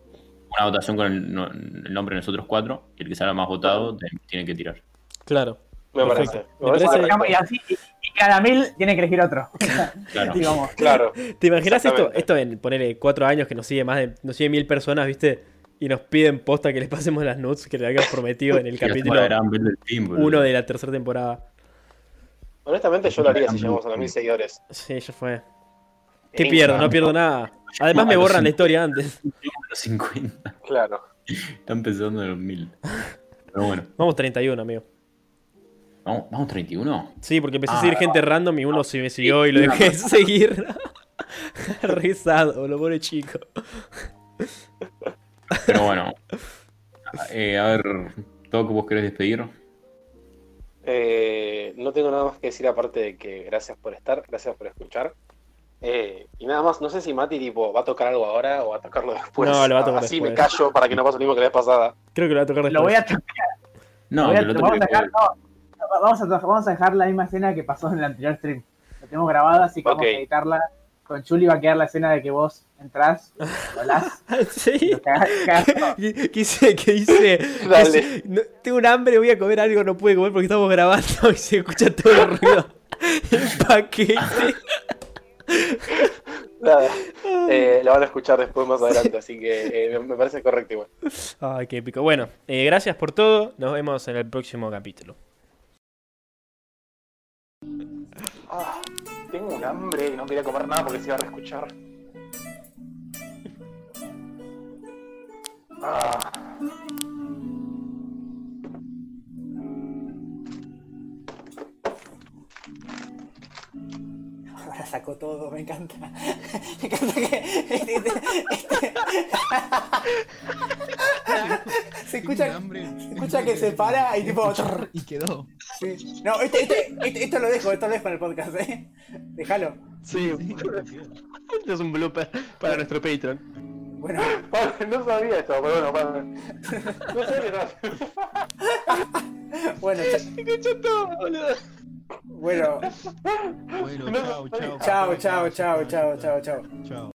una votación con el, no- el nombre de nosotros cuatro y el que salga más votado te- tiene que tirar. Claro. Me Perfecto. parece. Me parece parece- perfecto. Y así, y, y cada mil tiene que *laughs* elegir otro. Claro. Así vamos. Claro. ¿Te imaginas esto, Exactamente. esto en ponerle cuatro años que nos sigue más de, nos sigue mil personas, viste? Y nos piden posta que les pasemos las nudes que le habíamos prometido *laughs* en el Y hacemos capítulo la gran Bell del Team, boludo. uno de la tercera temporada. Honestamente, yo lo haría si llegamos a los mil seguidores. Sí, ya fue. Eh, ¿Qué pierdo? No pierdo nada. Además me borran la historia antes. Los 50. Claro. Están pensando en los mil. Pero bueno, Vamos 31, amigo. vamos, vamos 31. Sí, porque empecé a Ah, seguir gente random y uno se me siguió y lo dejé de seguir. *laughs* Rezado, lo pobre chico. Pero *laughs* bueno. Eh, a ver, todo que vos querés despedir. Eh, no tengo nada más que decir aparte de que gracias por estar, gracias por escuchar. Eh, y nada más, no sé si Mati tipo, va a tocar algo ahora o va a tocarlo después. No, lo va a tocar Así me después. callo para que no pase lo mismo que la vez pasada. Creo que lo voy a tocar después. Lo voy a tocar. No, voy a- que lo vamos, a toque- dejar, no, va- vamos, a, vamos a dejar la misma escena que pasó en el anterior stream. La tenemos grabada, así que vamos Ok. a editarla. Con Chuli va a quedar la escena de que vos entrás, volás, *laughs* Sí. lo cagás- cagás todo. ¿Qué qué hice? ¿Qué *laughs* hice? Dale. ¿Qué hice? No, tengo un hambre, voy a comer algo, no pude comer porque estamos grabando *laughs* y se escucha todo el ruido. *laughs* El paquete. Nada, eh, la van a escuchar después más adelante, así que eh, me, me parece correcto igual. Ay, qué épico. Bueno, eh, gracias por todo. Nos vemos en el próximo capítulo. Ah, tengo un hambre y no quería comer nada porque se iba a reescuchar. Ah. Ahora sacó todo, me encanta. *laughs* Me encanta que. este- este- este- se escucha, se escucha que se para y tipo. Y quedó. sí. No, este, este, este- esto lo dejo, esto lo dejo en el podcast, eh. Déjalo. Sí, esto es un blooper para nuestro Patreon. Bueno, Vale, no sabía esto, pero bueno, vale. *laughs* No sé qué tal. bueno, cha- bueno. Bueno, No, chao, no, chao. Chao, chao, chao, chao, chao, chao. Chao.